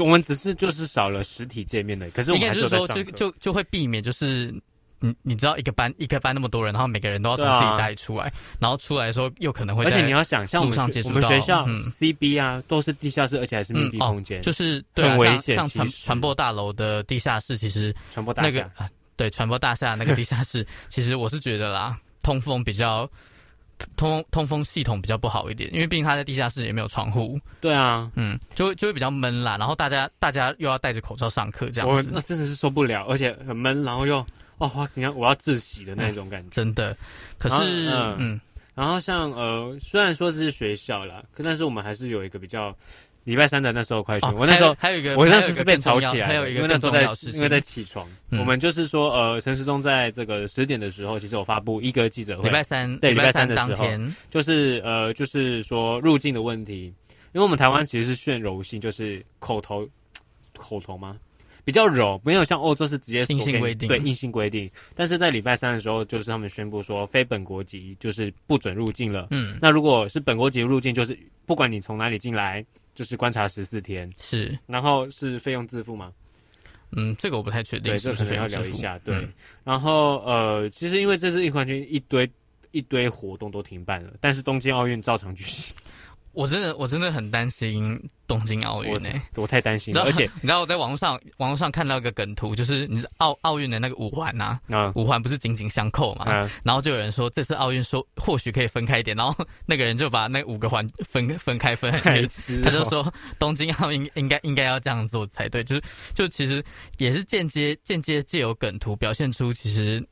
Speaker 3: 我们只是就是少了实体见面的，可是我
Speaker 1: 应
Speaker 3: 们
Speaker 1: 该
Speaker 3: 还
Speaker 1: 就是
Speaker 3: 有
Speaker 1: 是说，
Speaker 3: 在上
Speaker 1: 就
Speaker 3: 课。
Speaker 1: 就就会避免，就是你你知道一个班一个班那么多人，然后每个人都要从
Speaker 3: 对啊
Speaker 1: 自己家里出来，然后出来的时候又可能会
Speaker 3: 而且
Speaker 1: 在
Speaker 3: 你要想，像我
Speaker 1: 路上
Speaker 3: 们学
Speaker 1: 接触
Speaker 3: 我们
Speaker 1: 到
Speaker 3: 学校
Speaker 1: 嗯
Speaker 3: CB 啊，都是地下室，而且还是密闭
Speaker 1: 嗯哦
Speaker 3: 空间，
Speaker 1: 就是对啊、
Speaker 3: 很危险
Speaker 1: 像像传
Speaker 3: 其实
Speaker 1: 传播大楼的地下室，其实
Speaker 3: 传播大
Speaker 1: 那个
Speaker 3: 厦。
Speaker 1: 啊对传播大厦那个地下室， *laughs* 其实我是觉得啦，通风比较通通风系统比较不好一点，因为毕竟它在地下室也没有窗户，
Speaker 3: 对啊，
Speaker 1: 嗯，就会就会比较闷啦。然后大家大家又要戴着口罩上课这样
Speaker 3: 我
Speaker 1: 子，
Speaker 3: 那真的是受不了，而且很闷，然后又哦，哇你看我要窒息的那
Speaker 1: 嗯
Speaker 3: 种感觉。
Speaker 1: 真的。可
Speaker 3: 然后
Speaker 1: 是
Speaker 3: 嗯
Speaker 1: 嗯
Speaker 3: 然后像呃，虽然说是学校啦，可但是我们还是有一个比较礼拜三的那时候快选，
Speaker 1: 哦
Speaker 3: 我那时候。
Speaker 1: 还有还有一个，
Speaker 3: 我
Speaker 1: 还
Speaker 3: 那
Speaker 1: 有
Speaker 3: 时
Speaker 1: 一
Speaker 3: 候
Speaker 1: 个
Speaker 3: 是被
Speaker 1: 更重
Speaker 3: 吵
Speaker 1: 要
Speaker 3: 起来
Speaker 1: 还有
Speaker 3: 的，
Speaker 1: 一
Speaker 3: 因
Speaker 1: 个
Speaker 3: 为
Speaker 1: 更
Speaker 3: 那时候
Speaker 1: 重
Speaker 3: 在
Speaker 1: 要的事
Speaker 3: 因为
Speaker 1: 情
Speaker 3: 在起床，
Speaker 1: 嗯
Speaker 3: 我们就是说呃，陈时中在这个十点的时候，其实有发布一个记者会
Speaker 1: 礼，拜三，
Speaker 3: 对
Speaker 1: 礼
Speaker 3: 礼拜
Speaker 1: 三
Speaker 3: 三的
Speaker 1: 当
Speaker 3: 时候
Speaker 1: 天，
Speaker 3: 就是呃，就是说入境的问题，因为我们台湾其实是炫柔性，就是口头口头吗？比较柔，没有像欧洲是直接锁
Speaker 1: 硬性
Speaker 3: 给你
Speaker 1: 规定
Speaker 3: 对硬性规定。但是在礼拜三的时候，就是他们宣布说非本国籍就是不准入境了。
Speaker 1: 嗯，
Speaker 3: 那如果是本国籍入境，就是不管你从哪里进来，就是观察十四天，
Speaker 1: 是，
Speaker 3: 然后是费用自付嘛？
Speaker 1: 嗯，这个我不太确定
Speaker 3: 对，
Speaker 1: 是
Speaker 3: 这
Speaker 1: 不
Speaker 3: 可
Speaker 1: 是
Speaker 3: 能
Speaker 1: 非
Speaker 3: 要
Speaker 1: 常
Speaker 3: 聊
Speaker 1: 支
Speaker 3: 一
Speaker 1: 付
Speaker 3: 下。对，
Speaker 1: 嗯
Speaker 3: 然后呃，其实因为这次一环圈一堆一堆活动都停办了，但是东京奥运照常举行。 *laughs*
Speaker 1: 我真的我真的很担心东京奥运
Speaker 3: 我
Speaker 1: 呢。
Speaker 3: 我太担
Speaker 1: 你
Speaker 3: 心
Speaker 1: 知
Speaker 3: 了，
Speaker 1: 道，
Speaker 3: 而且
Speaker 1: 你知道我在网络上网络上看到一个梗图，就是你知道奥奥运的那个五环呐、
Speaker 3: 啊
Speaker 1: *laughs* 五环不是紧紧相扣嘛？
Speaker 3: 啊，
Speaker 1: 然后就有人说这次奥运说或许可以分开一点，然后那个人就把那五个环分分开
Speaker 3: *laughs*
Speaker 1: 分很
Speaker 3: 白
Speaker 1: 远
Speaker 3: 痴哦
Speaker 1: 他就说东京奥运应该应该要这样做才对，就是就其实也是间接间接借由梗图表现出其实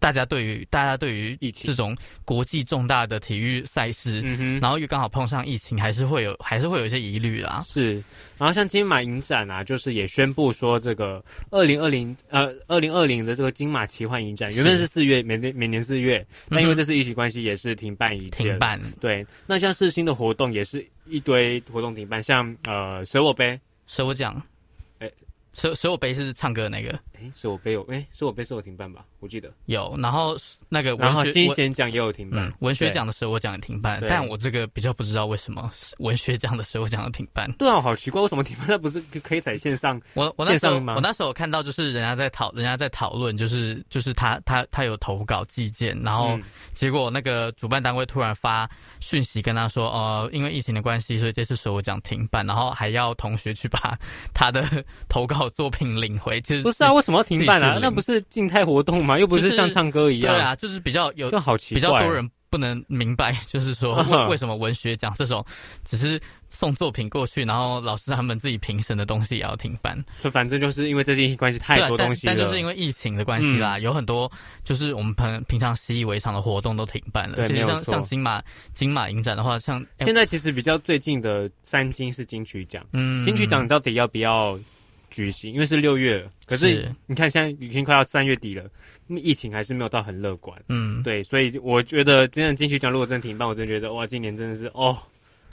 Speaker 1: 大家对于大家对于
Speaker 3: 疫情
Speaker 1: 这种国际重大的体育赛事，
Speaker 3: *laughs* 嗯
Speaker 1: 然后又刚好碰上疫情，还是会有还是会有一些疑虑啦嗯
Speaker 3: 哼，。是。然后像金马影展啊，就是也宣布说，这个二零二零呃二零二零的这个金马奇幻影展，原本
Speaker 1: 是嗯
Speaker 3: 是四月，每年每年四月，但因为这次疫情关系，也是停办一届
Speaker 1: 停。办，
Speaker 3: 对，那像世新的活动也是一堆活动停办，像呃蛇我杯，
Speaker 1: 所以我讲，
Speaker 3: 哎
Speaker 1: 所以所以我杯是唱歌的那个
Speaker 3: 诶，蛇我杯有，诶，蛇我杯是有停办吧？我记得。
Speaker 1: 有，然后那个
Speaker 3: 然后
Speaker 1: 文学
Speaker 3: 新
Speaker 1: 文
Speaker 3: 贤奖也有停办
Speaker 1: 嗯，文学
Speaker 3: 对
Speaker 1: 奖的时候我讲也停办，
Speaker 3: 对
Speaker 1: 但我这个比较不知道为什么文学奖的时候我讲的停办。
Speaker 3: 对啊，好奇怪，为什么停办？那不是可以在线上？
Speaker 1: 我我那时候
Speaker 3: 线上吗
Speaker 1: 我那时候有看到就是人家在讨人家在讨论就是就是他他他有投稿寄件，然后
Speaker 3: 嗯
Speaker 1: 结果那个主办单位突然发讯息跟他说，呃，因为疫情的关系，所以这次首我奖停办，然后还要同学去把 *laughs* 他的投稿作品领回。其实
Speaker 3: 不是啊，为什么要停办
Speaker 1: 自己去
Speaker 3: 啊？
Speaker 1: 领
Speaker 3: 那不是静态活动吗？又不
Speaker 1: 就是是
Speaker 3: 像唱歌一
Speaker 1: 对
Speaker 3: 样。
Speaker 1: 啊，就是比较有
Speaker 3: 就好奇
Speaker 1: 比
Speaker 3: 怪，嗯
Speaker 1: 较多人不能明白，就是说为为什么文学奖这种只是送作品过去，然后老师他们自己评审的东西也要停办。
Speaker 3: 所以反正就是因为这件关系
Speaker 1: 对
Speaker 3: 太
Speaker 1: 啊
Speaker 3: 多东西了，
Speaker 1: 但，
Speaker 3: 嗯
Speaker 1: 但就是因为疫情的关系啦，有很多就是我们平平常习以为常的活动都停办了。
Speaker 3: 对
Speaker 1: 其
Speaker 3: 没
Speaker 1: 实
Speaker 3: 有
Speaker 1: 像
Speaker 3: 错哎
Speaker 1: 像金马金马影展的话，像
Speaker 3: 现在其实比较最近的三金是金曲奖，
Speaker 1: 嗯
Speaker 3: 金曲奖到底要不要举行？因为是六月了，可是
Speaker 1: 是
Speaker 3: 你看现在已经快要三月底了，疫情还是没有到很乐观。
Speaker 1: 嗯，
Speaker 3: 对，所以我觉得真的金曲奖如果真的停办，我真的觉得哇，今年真的是哦，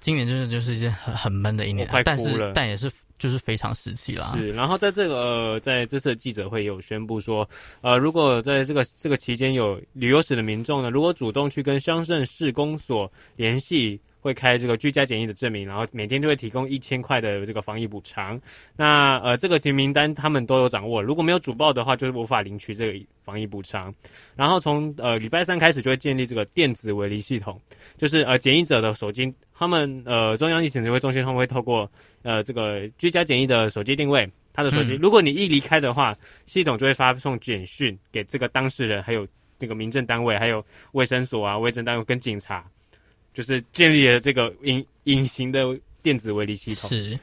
Speaker 1: 今年真的就是一件很很闷的一年
Speaker 3: 我
Speaker 1: 啊，
Speaker 3: 快哭
Speaker 1: 但是
Speaker 3: 了
Speaker 1: 但也是就是非常时期啦。
Speaker 3: 是，然后在这个、呃、在这次的记者会也有宣布说，呃，如果在这个这个期间有旅游史的民众呢，如果主动去跟乡镇市公所联系，会开这个居家检疫的证明，然后每天就会提供一千块的这个防疫补偿。那呃，这个其实名单他们都有掌握，如果没有主报的话，就是无法领取这个防疫补偿。然后从呃礼拜三开始就会建立这个电子围篱系统，就是呃检疫者的手机，他们呃中央疫情指挥中心他们会透过呃这个居家检疫的手机定位，他的手机，
Speaker 1: 嗯
Speaker 3: 如果你一离开的话，系统就会发送简讯给这个当事人，还有那个民政单位，还有卫生所啊、卫生单位跟警察，就是建立了这个隐隐形的电子围篱系统。
Speaker 1: 是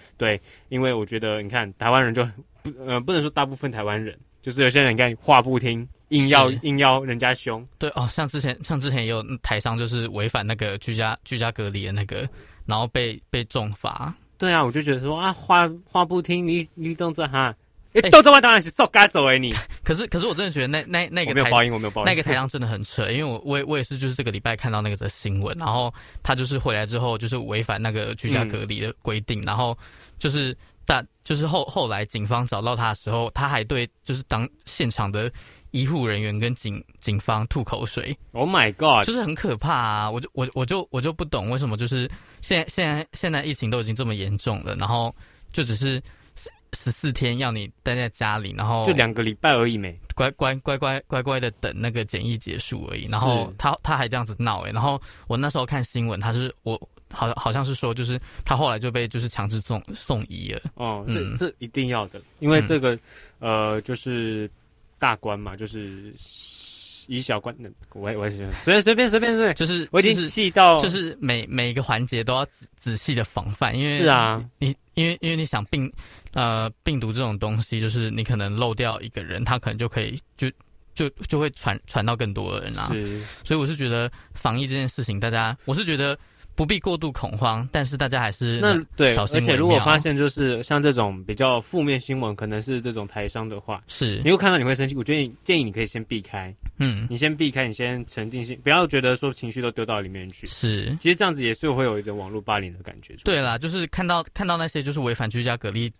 Speaker 3: 因为我觉得，你看台湾人就不呃不能说大部分台湾人，就是有些人你看话不听，硬要
Speaker 1: 是
Speaker 3: 硬要人家凶，
Speaker 1: 对哦，像之前像之前也有台商就是违反那个居家居家隔离的那个，然后被被重罚。
Speaker 3: 对啊，我就觉得说啊话话不听，你你动作哈，哎、
Speaker 1: 哎
Speaker 3: 动作完当然是受嘎走哎你，
Speaker 1: 可是可是我真的觉得那那 *laughs* 那
Speaker 3: 我
Speaker 1: 个
Speaker 3: 没有
Speaker 1: 台
Speaker 3: 报应，我没有报应，
Speaker 1: 那个台上真的很扯，因为我我也我也是就是这个礼拜看到那个的新闻，然后他就是回来之后就是违反那个居家隔离的规定，然后就是但就是后后来警方找到他的时候，他还对就是当现场的医护人员跟警警方吐口水，
Speaker 3: *laughs* ，Oh my God，
Speaker 1: 就是很可怕啊！我就我我就我就不懂为什么就是现在现在现在疫情都已经这么严重了，然后就只是十四天要你待在家里，然后
Speaker 3: 就两个礼拜而已
Speaker 1: *laughs*
Speaker 3: 没，
Speaker 1: 乖乖乖乖乖乖的等那个检疫结束而已，然后
Speaker 3: 是
Speaker 1: 他他还这样子闹哎、欸然后我那时候看新闻，他是我好好像是说就是他后来就被就是强制送送医了，
Speaker 3: 哦，这、
Speaker 1: 嗯
Speaker 3: 这一定要的，因为
Speaker 1: 嗯
Speaker 3: 这个、呃就是大关嘛，就是以小关，那我也我也是随随便随便随便，
Speaker 1: 就是
Speaker 3: 我已经
Speaker 1: 就是
Speaker 3: 气到
Speaker 1: 就是每每一个环节都要仔仔细的防范，因为
Speaker 3: 是啊，
Speaker 1: 你因为因为你想病呃病毒这种东西，就是你可能漏掉一个人，他可能就可以就就就会传传到更多的人啊，
Speaker 3: 是。
Speaker 1: 所以我是觉得防疫这件事情，大家我是觉得不必过度恐慌，但是大家还是
Speaker 3: 那对，
Speaker 1: 啊小心
Speaker 3: 而且
Speaker 1: 为
Speaker 3: 如果
Speaker 1: 妙
Speaker 3: 发现就是像这种比较负面新闻，可能是这种台商的话，
Speaker 1: 是
Speaker 3: 你会看到你会生气。我建议建议你可以先避开，
Speaker 1: 嗯
Speaker 3: 你先避开，你先沉静心，不要觉得说情绪都丢到里面去。
Speaker 1: 是。
Speaker 3: 其实这样子也是会有一种网络霸凌的感觉。
Speaker 1: 对，啦，就是看到看到那些就是违反居家隔离、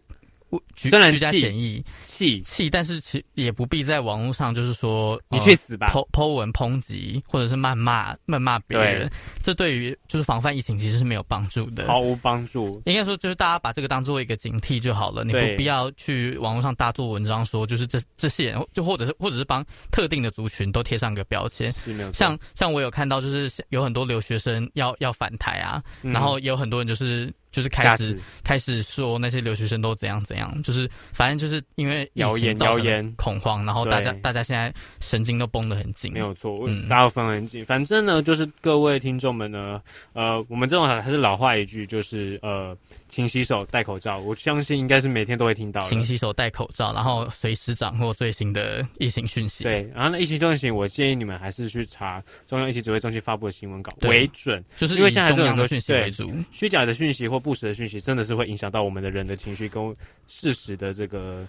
Speaker 1: 居
Speaker 3: 虽然
Speaker 1: 居家
Speaker 3: 气
Speaker 1: 检疫
Speaker 3: 气，
Speaker 1: 气，但是其也不必在网络上就是说
Speaker 3: 你
Speaker 1: 呃
Speaker 3: 去死吧！
Speaker 1: 剖剖文抨击或者是谩骂谩骂别人，这对于就是防范疫情其实是没有帮助的。
Speaker 3: 毫无帮助。
Speaker 1: 应该说就是大家把这个当做一个警惕就好了，你不
Speaker 3: 对
Speaker 1: 必要去网络上大做文章说就是这这些人，就或者是或者是帮特定的族群都贴上个标签。
Speaker 3: 是没有错
Speaker 1: 像像我有看到，就是有很多留学生要要返台啊，
Speaker 3: 嗯
Speaker 1: 然后有很多人就是就是
Speaker 3: 吓
Speaker 1: 开始
Speaker 3: 死
Speaker 1: 开始说那些留学生都怎样怎样，就是反正就是因为疫情
Speaker 3: 谣言
Speaker 1: 造成
Speaker 3: 谣言
Speaker 1: 恐慌，然后大家
Speaker 3: 对
Speaker 1: 大家现在神经都绷得很紧，
Speaker 3: 没有错，
Speaker 1: 嗯
Speaker 3: 大家分很紧。反正呢，就是各位听众们呢，呃，我们这种还是老话一句，就是呃，勤洗手、戴口罩。我相信应该是每天都会听到
Speaker 1: 勤
Speaker 3: 的。
Speaker 1: 洗手、戴口罩，然后随时掌握最新的疫情讯息。，
Speaker 3: 对，然后呢，疫情中心，我建议你们还是去查中央疫情指挥中心发布的新闻稿
Speaker 1: 对
Speaker 3: 为准。
Speaker 1: 就是
Speaker 3: 因为
Speaker 1: 以
Speaker 3: 现在还是
Speaker 1: 中
Speaker 3: 有
Speaker 1: 央
Speaker 3: 很多
Speaker 1: 的讯息
Speaker 3: 对
Speaker 1: 为主。
Speaker 3: 虚假的讯息或不实的讯息，真的是会影响到我们的人的情绪跟事实的这个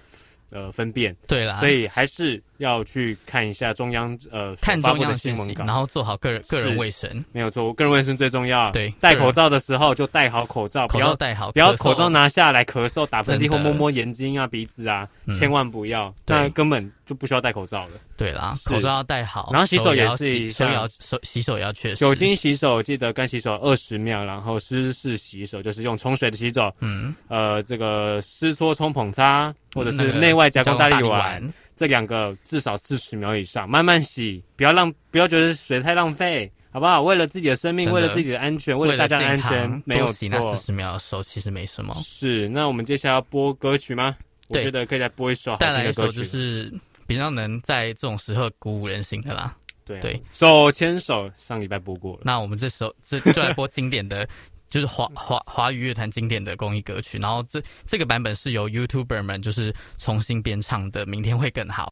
Speaker 3: 呃分辨，
Speaker 1: 对啦，
Speaker 3: 所以还是要去看一下中央呃所
Speaker 1: 看
Speaker 3: 发
Speaker 1: 中
Speaker 3: 布
Speaker 1: 央
Speaker 3: 的
Speaker 1: 的讯
Speaker 3: 新闻
Speaker 1: 息，
Speaker 3: 稿
Speaker 1: 然。后做好个人个人
Speaker 3: 是
Speaker 1: 卫生，
Speaker 3: 没有错，个人卫生最重要。
Speaker 1: 对
Speaker 3: 戴
Speaker 1: 个人
Speaker 3: 口罩的时候就戴好口哦罩，不
Speaker 1: 口
Speaker 3: 要
Speaker 1: 罩戴好，
Speaker 3: 不要
Speaker 1: 咳嗽
Speaker 3: 口罩拿下来咳嗽、打喷嚏
Speaker 1: 真
Speaker 3: 或
Speaker 1: 的
Speaker 3: 摸摸眼睛啊、鼻子啊，
Speaker 1: 嗯
Speaker 3: 千万不要，
Speaker 1: 对
Speaker 3: 那根本就不需要戴口罩了。
Speaker 1: 对啦，
Speaker 3: 是
Speaker 1: 口罩要戴好，
Speaker 3: 然后洗手也
Speaker 1: 要
Speaker 3: 是
Speaker 1: 洗
Speaker 3: 一
Speaker 1: 手也
Speaker 3: 项
Speaker 1: 要手洗手也要确实
Speaker 3: 酒，精洗手记得干洗手二十秒，然后湿式洗手就是用冲水的洗手，
Speaker 1: 嗯，
Speaker 3: 呃，这个湿搓冲捧擦或者
Speaker 1: 那
Speaker 3: 是
Speaker 1: 个
Speaker 3: 内外夹
Speaker 1: 加
Speaker 3: 攻
Speaker 1: 大
Speaker 3: 大
Speaker 1: 力
Speaker 3: 力丸，
Speaker 1: 丸，
Speaker 3: 这两个至少四十秒以上，慢慢洗，不要浪，不要觉得水太浪费，好不好？为了自己的生命，
Speaker 1: 真
Speaker 3: 为
Speaker 1: 的
Speaker 3: 了自己的安全，
Speaker 1: 为
Speaker 3: 为了大家的
Speaker 1: 健
Speaker 3: 安
Speaker 1: 康
Speaker 3: 全，，没有
Speaker 1: 多洗那
Speaker 3: 错
Speaker 1: 四。十秒的时候其实没什么。
Speaker 3: 是，那我们接下来要播歌曲吗？我
Speaker 1: 对
Speaker 3: 觉得可以再播一首好听
Speaker 1: 带来
Speaker 3: 的
Speaker 1: 一
Speaker 3: 歌
Speaker 1: 首
Speaker 3: 曲
Speaker 1: 就。是比较能在这种时候鼓舞人心的啦，
Speaker 3: 对啊
Speaker 1: 对
Speaker 3: 手牵手，上礼拜播过了。
Speaker 1: 那我们这时候
Speaker 3: *laughs*
Speaker 1: 这就来播经典的，就是华华华语乐坛经典的公益歌曲。然后这这个版本是由 YouTuber 们就是重新编唱的，《明天会更好》。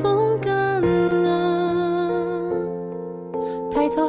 Speaker 4: 风干了。抬头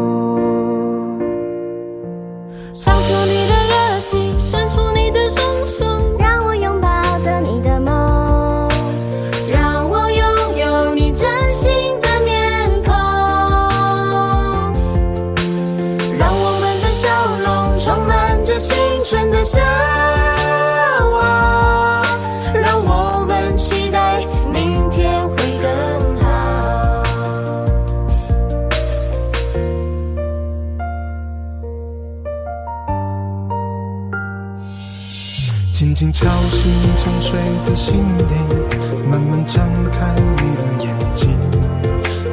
Speaker 4: 唱出你的热情，伸出你的双手，让我拥抱着你的梦，让我拥有你真心的面孔，让我们的笑容充满着青春的向往，让我们期待明天会更好。
Speaker 6: 轻轻敲醒沉睡的心灵，慢慢张开你的眼睛，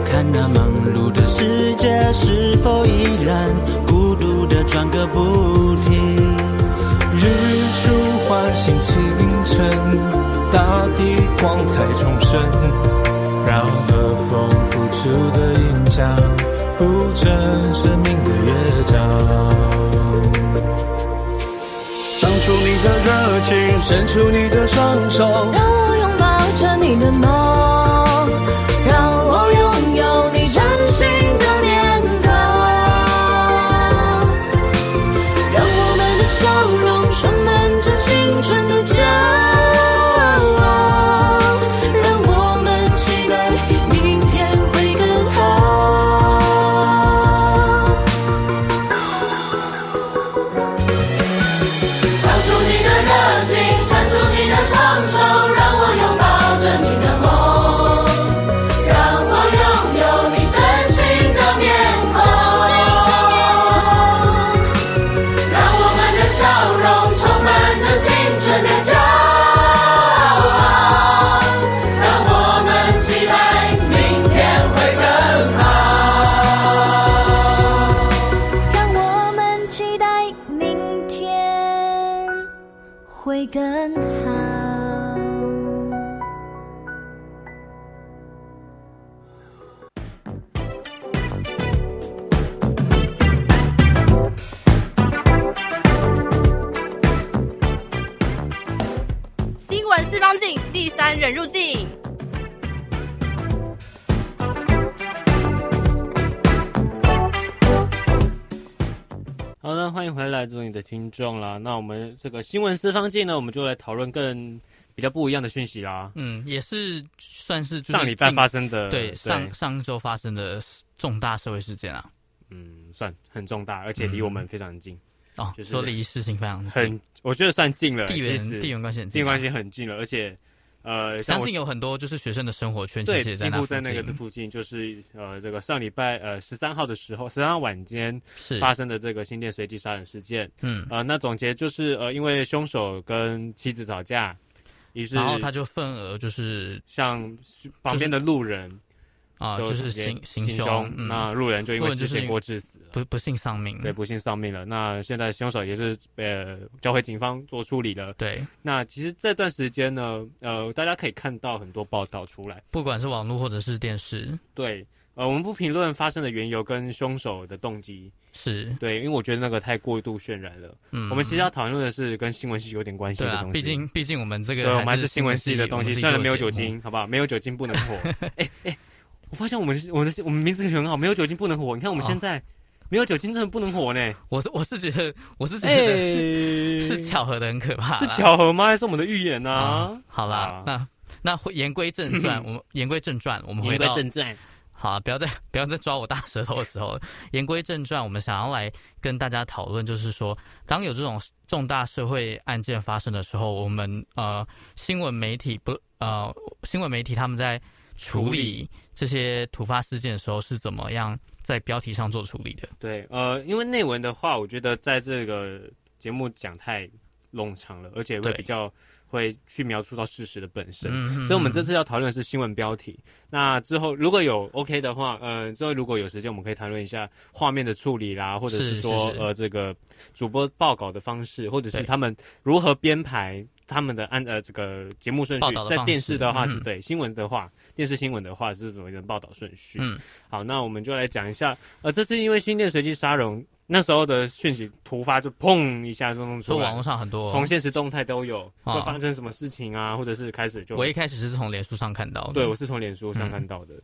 Speaker 7: 看那忙碌的世界是否依然孤独的转个不停。日出唤醒清晨，大地光彩重生，让和风拂出的音响谱成生命的乐章。唱出你的热情，伸出你的双手。
Speaker 4: 让我拥抱着你的梦，让我拥有你真心的面孔，让我们的笑容充满着青春的骄傲，让我们期待明天会更好。唱出你的热情，伸出你的双手，让我拥抱着你的梦，让我拥有你真心的面孔，让我们的笑容充满着青春的骄傲，让我们期待明天会更好。让我们期待明天会更好。
Speaker 8: 新闻四方镜，第三人入境。
Speaker 3: 好的，欢迎回来，做你的听众啦。那我们这个新闻四方镜呢，我们就来讨论更比较不一样的讯息啦。
Speaker 1: 嗯，也是算是就是
Speaker 3: 上礼拜
Speaker 1: 近
Speaker 3: 发生的，
Speaker 1: 对上上周发生的重大社会事件啊。
Speaker 3: 嗯，算很重大，而且
Speaker 1: 嗯
Speaker 3: 离我们非常近，
Speaker 1: 哦，
Speaker 3: 就是
Speaker 1: 说离事情非常近，
Speaker 3: 很我觉得算近了。
Speaker 1: 地
Speaker 3: 其实
Speaker 1: 缘地缘关系很
Speaker 3: 地
Speaker 1: 近啊，
Speaker 3: 缘关系很近了，而且呃，像
Speaker 1: 相
Speaker 3: 我
Speaker 1: 信有很多就是学生的生活圈其
Speaker 3: 对，
Speaker 1: 实也
Speaker 3: 几
Speaker 1: 那
Speaker 3: 乎
Speaker 1: 附
Speaker 3: 在
Speaker 1: 近，
Speaker 3: 那个附近，就是呃，这个上礼拜呃十三号的时候，十三号晚间
Speaker 1: 是
Speaker 3: 发生的这个新店随机杀人事件，
Speaker 1: 嗯，
Speaker 3: 呃，那总结就是呃，因为凶手跟妻子吵架，于是
Speaker 1: 然后他就份额就是
Speaker 3: 向旁边的路人
Speaker 1: 啊、
Speaker 3: 都
Speaker 1: 就
Speaker 3: 直
Speaker 1: 是
Speaker 3: 接
Speaker 1: 行
Speaker 3: 行
Speaker 1: 凶，嗯，
Speaker 3: 那路人就因为
Speaker 1: 路人就
Speaker 3: 失
Speaker 1: 是嗯
Speaker 3: 血
Speaker 1: 因
Speaker 3: 过致死了。
Speaker 1: 不不幸丧命，
Speaker 3: 对，不幸丧命了。那现在凶手也是呃交回警方做处理了。
Speaker 1: 对
Speaker 3: 那其实这段时间呢，呃，大家可以看到很多报道出来，
Speaker 1: 不管是网络或者是电视，
Speaker 3: 对，呃，我们不评论发生的缘由跟凶手的动机，
Speaker 1: 是，
Speaker 3: 对，因为我觉得那个太过度渲染了。
Speaker 1: 嗯，
Speaker 3: 我们其实要讨论的是跟新闻系有点关系
Speaker 1: 对
Speaker 3: 的
Speaker 1: 啊
Speaker 3: 东，西。
Speaker 1: 毕竟毕竟我们这个
Speaker 3: 对，我们还
Speaker 1: 是
Speaker 3: 是新闻系的东西，虽然没有酒，精，好不好？没有酒精不能
Speaker 1: *laughs*
Speaker 3: 火。哎哎、我发现我们我们的我们名字取得很好，没有酒精不能火。你看我们
Speaker 1: 哦
Speaker 3: 现在、没有酒精真的不能火呢。
Speaker 1: 我们自己做节目我是我是觉得我是觉
Speaker 3: 哎、
Speaker 1: 得 *laughs* 是巧合的很可怕啦，
Speaker 3: 是巧合吗？还是我们的预言呢、
Speaker 1: 啊、好啦，
Speaker 3: 啊
Speaker 1: 那那回言归正
Speaker 3: *laughs*
Speaker 1: 传，我们言归正传，我们回
Speaker 3: 言归
Speaker 1: 到
Speaker 3: 正传，
Speaker 1: 好、啊，不要再不要再抓我大舌头的时候了。言归正传，我们想要来跟大家讨论，就是说，当有这种重大社会案件发生的时候，我们呃新闻媒体不呃新闻媒体他们在处
Speaker 3: 处
Speaker 1: 理
Speaker 3: 理
Speaker 1: 这些突发事件的时候是怎么样在标题上做处理的？
Speaker 3: 对，呃，因为内文的话，我觉得在这个节目讲太冗长了，而且会
Speaker 1: 对
Speaker 3: 比较会去描述到事实的本身。
Speaker 1: 嗯
Speaker 3: 所以，我们这次要讨论的是新闻标题。那之后如果有 OK 的话，呃，之后如果有时间，我们可以谈论一下画面的处理啦，或者
Speaker 1: 是
Speaker 3: 是
Speaker 1: 是
Speaker 3: 说
Speaker 1: 是
Speaker 3: 呃，这个主播报告的方式，或者
Speaker 1: 对
Speaker 3: 是他们如何编排他们的按呃这个节目顺
Speaker 1: 报
Speaker 3: 序
Speaker 1: 道。的
Speaker 3: 在
Speaker 1: 方
Speaker 3: 电
Speaker 1: 式
Speaker 3: 视的话是
Speaker 1: 嗯
Speaker 3: 对新闻的话，电视新闻的话是怎么一个报道顺序？
Speaker 1: 嗯
Speaker 3: 好，那我们就来讲一下，呃，这次因为新店随机沙龙那时候的讯息突发，就砰一下就弄
Speaker 1: 所
Speaker 3: 出
Speaker 1: 以网
Speaker 3: 来
Speaker 1: 络，上很多
Speaker 3: 从现实动态都有，
Speaker 1: 啊
Speaker 3: 会发生什么事情啊，或者是开始就
Speaker 1: 我一开始是从脸书上看到的，嗯
Speaker 3: 对，我是从脸书上看到的。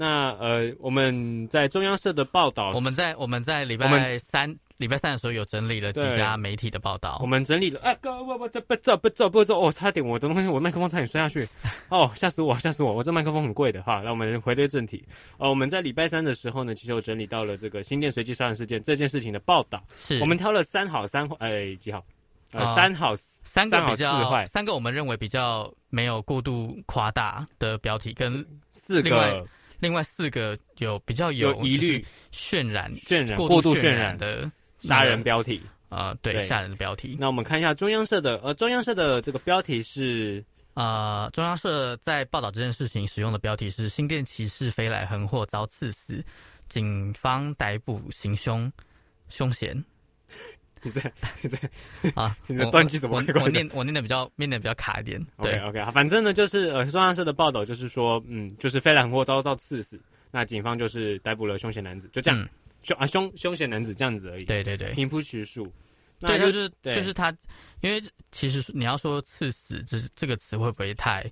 Speaker 3: 那呃，我们在中央社的报道，
Speaker 1: 我们在我们在礼
Speaker 3: 我
Speaker 1: 拜
Speaker 3: 们
Speaker 1: 三礼拜三的时候有整理了几
Speaker 3: 对
Speaker 1: 家媒体的报道
Speaker 3: 我，们整理了啊，哥，我我这不这不这不这，哦，差点我的东西，我的麦克风差点
Speaker 1: *laughs*
Speaker 3: 摔下去，哦，吓死我，吓死我，我这麦克风很贵的哈。那我们回归正题，呃，我们在礼拜三的时候呢，其实有整理到了这个新店随机杀人事件这件事情的报道，
Speaker 1: 是
Speaker 3: 我们挑了三好三坏，哎，几好？呃，
Speaker 1: 啊
Speaker 3: 三好
Speaker 1: 三个
Speaker 3: 三好
Speaker 1: 比
Speaker 3: 四
Speaker 1: 较
Speaker 3: 坏
Speaker 1: 三个我们认为比较没有过度夸大的标题，跟
Speaker 3: 四
Speaker 1: 另外
Speaker 3: 个
Speaker 1: 另外四个有比较
Speaker 3: 有疑虑
Speaker 1: 就是渲染
Speaker 3: 渲染
Speaker 1: 过
Speaker 3: 过度
Speaker 1: 渲
Speaker 3: 渲染
Speaker 1: 的
Speaker 3: 杀人标题。
Speaker 1: 呃对
Speaker 3: 对
Speaker 1: 吓人的标题。
Speaker 3: 那我们看一下中央社的，呃，中央社的这个标题是 *laughs*
Speaker 1: 呃，中央社在报道这件事情使用的标题是“新店骑士飞来横祸遭刺死，警方逮捕行凶凶嫌
Speaker 3: 你在你在”
Speaker 1: 啊
Speaker 3: *laughs* 。你的
Speaker 1: 我
Speaker 3: 断句怎么
Speaker 1: 我
Speaker 3: 怪怪
Speaker 1: 我
Speaker 3: 的
Speaker 1: 念我念的比较念的比较卡一点，对
Speaker 3: OK OK，反正呢就是呃，中央社的报道就是说，嗯，就是飞兰货遭到刺死，那警方就是逮捕了凶险男子，就这样，
Speaker 1: 嗯
Speaker 3: 凶啊凶凶险男子这样子而已，，
Speaker 1: 对对对。
Speaker 3: 平铺叙述。那
Speaker 1: 对，就是
Speaker 3: 对
Speaker 1: 就是他，因为其实你要说“刺死”这这个词会不会太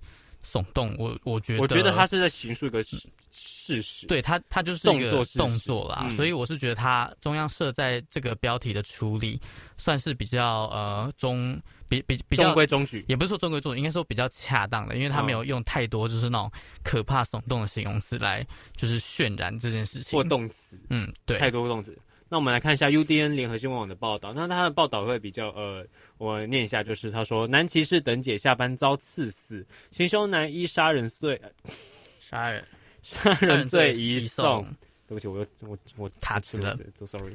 Speaker 1: 耸动？我我觉得，
Speaker 3: 我觉得他是在形述一个事事实，，
Speaker 1: 对他他就是一
Speaker 3: 动
Speaker 1: 个
Speaker 3: 作是
Speaker 1: 动作啦，
Speaker 3: 嗯
Speaker 1: 所以我是觉得他中央社在这个标题的处理算是比较呃中比比比
Speaker 3: 中
Speaker 1: 较。
Speaker 3: 规中矩，
Speaker 1: 也不是说中规中矩，应该说比较恰当的，因为他
Speaker 3: 嗯
Speaker 1: 没有用太多就是那种可怕耸动的形容词来就是渲染这件事情
Speaker 3: 或。动词
Speaker 1: 嗯，对，
Speaker 3: 太多动词。那我们来看一下 UDN 联合新闻网的报道，那他的报道会比较呃，我念一下，就是他说男骑士等姐下班遭刺死，行凶男依杀人罪呃
Speaker 1: 杀人
Speaker 3: 杀人罪移送
Speaker 1: 送。。
Speaker 3: 对不起，我又我我
Speaker 1: 卡词了
Speaker 3: 都 sorry。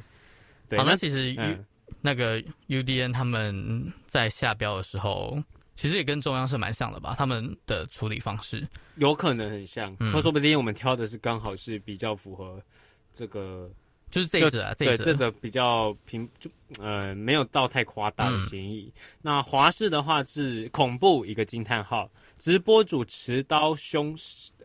Speaker 3: 对，
Speaker 1: 好，
Speaker 3: 那
Speaker 1: 那其实 U、
Speaker 3: 嗯
Speaker 1: 那个 UDN 他们在下标的时候，其实也跟中央社蛮像的吧？他们的处理方式，
Speaker 3: 有可能很像，
Speaker 1: 嗯
Speaker 3: 或说不定我们挑的是刚好是比较符合这个
Speaker 1: 就是这一则啊，
Speaker 3: 对
Speaker 1: 一
Speaker 3: 这
Speaker 1: 则
Speaker 3: 则比较平就呃没有到太夸大的
Speaker 1: 嗯
Speaker 3: 嫌疑。那华视的话是恐怖一个惊叹号，直播主持刀凶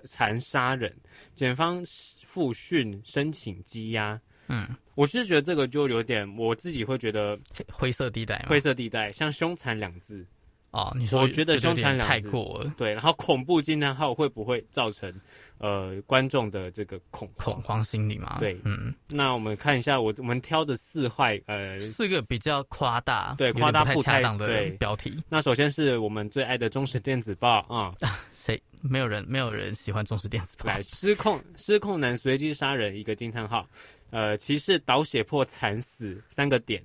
Speaker 3: 残杀人，检方复讯申请羁押。
Speaker 1: 嗯，
Speaker 3: 我是觉得这个就有点，我自己会觉得
Speaker 1: 灰色地带嘛。
Speaker 3: 灰色地带，像“凶残”两字，
Speaker 1: 哦，你说
Speaker 3: 我觉得
Speaker 1: 这个有点
Speaker 3: 凶残两
Speaker 1: 太
Speaker 3: 字
Speaker 1: 过了
Speaker 3: 对，然后恐怖惊叹号会不会造成呃观众的这个恐慌
Speaker 1: 恐慌心理嘛？
Speaker 3: 对
Speaker 1: 嗯，
Speaker 3: 那我们看一下我我们挑的四坏呃
Speaker 1: 四个比较夸大，
Speaker 3: 对
Speaker 1: 有点
Speaker 3: 夸大
Speaker 1: 不
Speaker 3: 不
Speaker 1: 太恰
Speaker 3: 太
Speaker 1: 当的
Speaker 3: 对
Speaker 1: 标题，
Speaker 3: 那首先是我们最爱的中时电子报啊、
Speaker 1: 谁没有人没有人喜欢中式电子报
Speaker 3: 来，失控失控男随机杀人一个惊叹号，呃，骑士倒血破惨死三个点，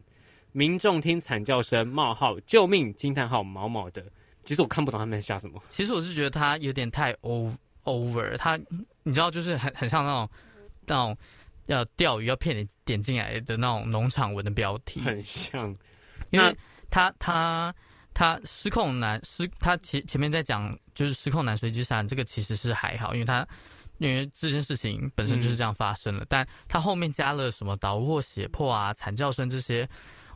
Speaker 3: 民众听惨叫声冒号救命惊叹号毛毛的，其实我看不懂他们在吓什么，
Speaker 1: 其实我是觉得他有点太 over over，他你知道，就是很很像那种那种要钓鱼要骗你点进来的那种农场文的标题，
Speaker 3: 很像
Speaker 1: 因为
Speaker 3: 那
Speaker 1: 他他他失控男失他前前面在讲就是失控男随机杀人这个其实是还好，因为他因为这件事情本
Speaker 3: 嗯
Speaker 1: 身就是这样发生了，但他后面加了什么倒卧血泊啊、惨叫声这些，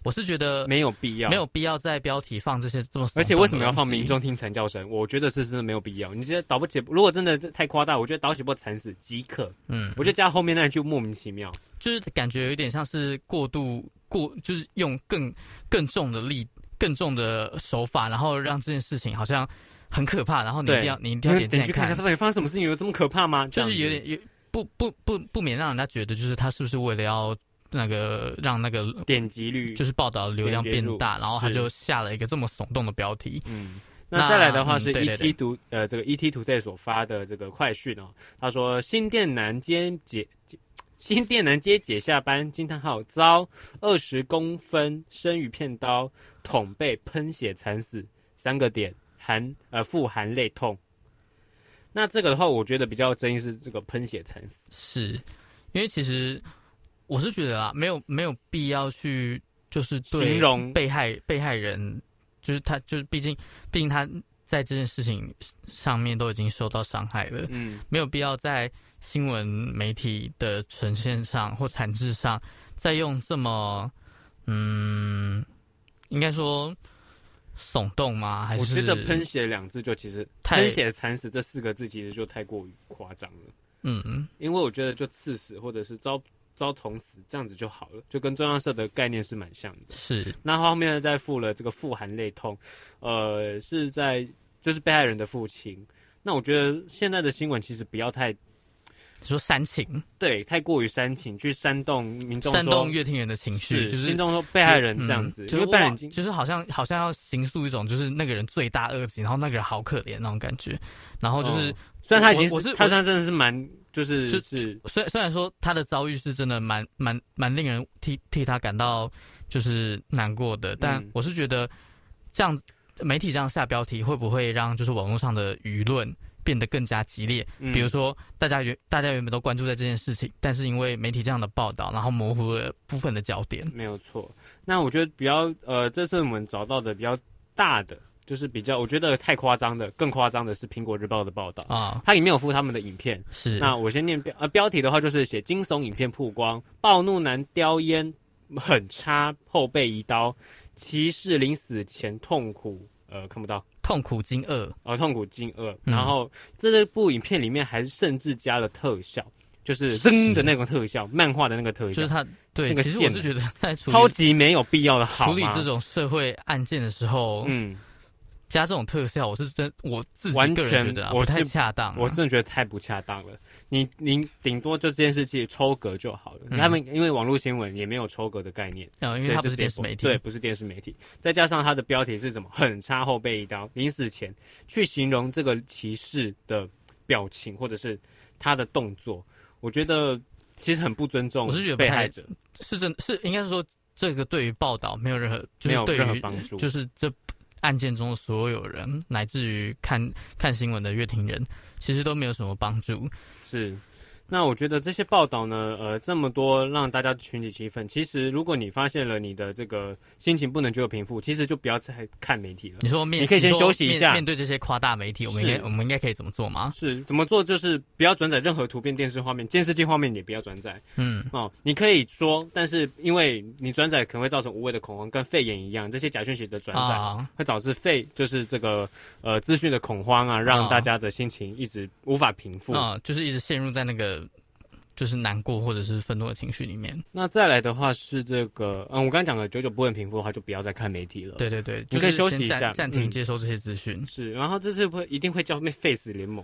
Speaker 1: 我是觉得
Speaker 3: 没有必要，
Speaker 1: 没有。必要在标题放这些这么耸动的东西，
Speaker 3: 而且为什么要放民众听惨叫声？我觉得是真的没有必要。你觉得导不起，如果真的太夸大，我觉得导起波惨死即可。
Speaker 1: 嗯，
Speaker 3: 我觉得加后面那一句莫名其妙。
Speaker 1: 就是感觉有点像是过度过，就是用更更重的力、更重的手法，然后让这件事情好像很可怕，然后你一
Speaker 3: 对
Speaker 1: 定要你一定
Speaker 3: 那
Speaker 1: 要
Speaker 3: 你
Speaker 1: 点
Speaker 3: 等
Speaker 1: 进
Speaker 3: 你
Speaker 1: 来
Speaker 3: 去看一下，到底发生什么事情，有这么可怕吗？
Speaker 1: 就是
Speaker 3: 这
Speaker 1: 有
Speaker 3: 样子
Speaker 1: 点有不不不不免让人家觉得就是他是不是为了要那个让那个
Speaker 3: 点击率，
Speaker 1: 就是报道流量变大，
Speaker 3: 点击数
Speaker 1: 然后他
Speaker 3: 是
Speaker 1: 就下了一个这么耸动的标题，
Speaker 3: 嗯，
Speaker 1: 那
Speaker 3: 那再来的话
Speaker 1: 嗯
Speaker 3: 是
Speaker 1: 对对对
Speaker 3: ET 读呃这个 ET 图 y 所发的这个快讯哦，他说新店南街解解新店南街解下班惊叹号遭二十公分生鱼片刀捅被喷血惨死三个点含呃腹含泪痛。那这个的话，我觉得比较争议是这个喷血惨死，
Speaker 1: 是因为其实我是觉得啊，没有没有必要去就是对
Speaker 3: 形容
Speaker 1: 被害被害人，就是他就是毕竟毕竟他在这件事情上面都已经受到伤害了，
Speaker 3: 嗯，
Speaker 1: 没有必要在新闻媒体的呈现上或产制上再用这么嗯，应该说耸动吗？还是
Speaker 3: 我觉得喷血两字就其实
Speaker 1: 太
Speaker 3: 喷血惨死这四个字其实就太过于夸张了。
Speaker 1: 嗯
Speaker 3: 因为我觉得就刺死或者是遭遭捅死这样子就好了，就跟中央社的概念是蛮像的。
Speaker 1: 是
Speaker 3: 那后面再附了这个富含泪痛，呃，是在就是被害人的父亲。那我觉得现在的新闻其实不要太
Speaker 1: 你说煽情
Speaker 3: 对太过于煽情，去煽动民众说
Speaker 1: 煽动乐听人的情绪，就是
Speaker 3: 民众说被害人这样子，
Speaker 1: 嗯
Speaker 3: 因
Speaker 1: 就是
Speaker 3: 为被害人
Speaker 1: 哇
Speaker 3: 已经
Speaker 1: 就是好像好像要形塑一种就是那个人罪大恶极，然后那个人好可怜那种感觉，然后就是、
Speaker 3: 哦虽然他已经
Speaker 1: 我我是
Speaker 3: 他他真的是蛮就是
Speaker 1: 就是虽虽然说他的遭遇是真的蛮蛮蛮令人替替他感到就是难过的，但
Speaker 3: 嗯
Speaker 1: 我是觉得这样媒体这样下标题会不会让就是网络上的舆论变得更加激烈？
Speaker 3: 嗯
Speaker 1: 比如说大家原大家原本都关注在这件事情，但是因为媒体这样的报道，然后模糊了部分的焦点。
Speaker 3: 没有错。那我觉得比较呃，这是我们找到的比较大的，就是比较我觉得太夸张的，更夸张的是《苹果日报》的报道，
Speaker 1: 啊、
Speaker 3: 它里面有附他们的影片。
Speaker 1: 是
Speaker 3: 那我先念标呃标题的话，就是写惊悚影片曝光，暴怒男叼烟很差，后背一刀，骑士临死前痛苦，呃看不到。
Speaker 1: 痛苦惊愕，
Speaker 3: 呃痛苦惊愕。
Speaker 1: 嗯
Speaker 3: 然后这部影片里面还甚至加了特效，就是噌的那种特效，漫画的那个特
Speaker 1: 就
Speaker 3: 效
Speaker 1: 是，他对，
Speaker 3: 那个
Speaker 1: 其实我
Speaker 3: 线
Speaker 1: 是觉得在处理
Speaker 3: 超级没有必要的好
Speaker 1: 处理
Speaker 3: 吗
Speaker 1: 这种社会案件的时候，
Speaker 3: 嗯，
Speaker 1: 加这种特效，我是真我自己
Speaker 3: 完
Speaker 1: 个人觉
Speaker 3: 全
Speaker 1: 得、啊、
Speaker 3: 我
Speaker 1: 不太
Speaker 3: 是
Speaker 1: 恰当啊、
Speaker 3: 我真的觉得太不恰当了。你你顶多就这件事情抽格就好了。
Speaker 1: 嗯
Speaker 3: 他们因为网络新闻也没有抽格的概念，
Speaker 1: 嗯，因
Speaker 3: 所
Speaker 1: 为
Speaker 3: 以
Speaker 1: 它
Speaker 3: 这
Speaker 1: 不是电视媒体，
Speaker 3: 对，，不是电视媒体。再加上它的标题是什么？很差后背一刀，临死前去形容这个骑士的表情或者是他的动作，我觉得其实很不尊重
Speaker 1: 我是觉得不
Speaker 3: 被
Speaker 1: 太
Speaker 3: 害者。
Speaker 1: 是真是应该是说这个对于报道没有任何，就
Speaker 3: 没
Speaker 1: 是
Speaker 3: 有
Speaker 1: 对
Speaker 3: 任何
Speaker 1: 于
Speaker 3: 帮助
Speaker 1: 就是这案件中的所有人，乃至于看看新闻的乐听人，其实都没有什么帮助。
Speaker 3: 是，那我觉得这些报道呢，呃，这么多让大家群起气愤。其实，如果你发现了你的这个心情不能久久平复，其实就不要再看媒体了
Speaker 1: 你。说面，
Speaker 3: 你可以先
Speaker 1: 说
Speaker 3: 休息一下
Speaker 1: 面面对这些夸大媒体，我们应该
Speaker 3: 是
Speaker 1: 我们应该可以怎么做吗？
Speaker 3: 是怎么做？就是不要转载任何图片、电视画面、监视器画面，也不要转载
Speaker 1: 嗯，
Speaker 3: 哦。你可以说，但是因为你转载可能会造成无谓的恐慌，跟肺炎一样，这些假讯息的转载、
Speaker 1: 啊，
Speaker 3: 会导致肺就是这个呃资讯的恐慌啊，让
Speaker 1: 啊
Speaker 3: 大家的心情一直无法平复。
Speaker 1: 啊、就是一直陷入在那个就是难过或者是愤怒的情绪里面。
Speaker 3: 那再来的话是这个，嗯，我刚刚讲了，久久不问平复的话，就不要再看媒体了。
Speaker 1: 对对对，
Speaker 3: 你
Speaker 1: 就
Speaker 3: 可以
Speaker 1: 是
Speaker 3: 休息
Speaker 1: 先
Speaker 3: 一
Speaker 1: 暂
Speaker 3: 下
Speaker 1: 暂停
Speaker 3: 嗯
Speaker 1: 接收这些资讯。
Speaker 3: 是，然后这次会一定会叫 Face 联盟，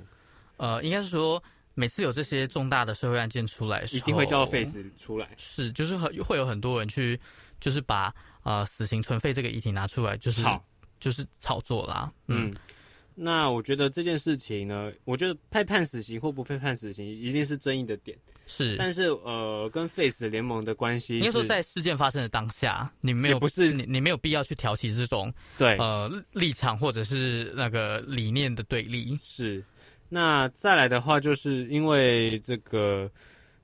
Speaker 1: 呃，应该是说每次有这些重大的社会案件出来的时候，
Speaker 3: 一定会叫 Face 出来。
Speaker 1: 是，就是很会有很多人去，就是把呃死刑存废这个议题拿出来，就是
Speaker 3: 好，
Speaker 1: 就是炒作啦。嗯，
Speaker 3: 嗯，那我觉得这件事情呢，我觉得被判死刑或不被判死刑一定是争议的点，
Speaker 1: 是。
Speaker 3: 但是呃，跟 Face 联盟的关系
Speaker 1: 应该说，
Speaker 3: 是
Speaker 1: 在事件发生的当下，你没
Speaker 3: 也
Speaker 1: 有
Speaker 3: 不是
Speaker 1: 你，你没有必要去挑起这种
Speaker 3: 对、
Speaker 1: 呃立场或者是那个理念的对立。
Speaker 3: 是。那再来的话，就是因为这个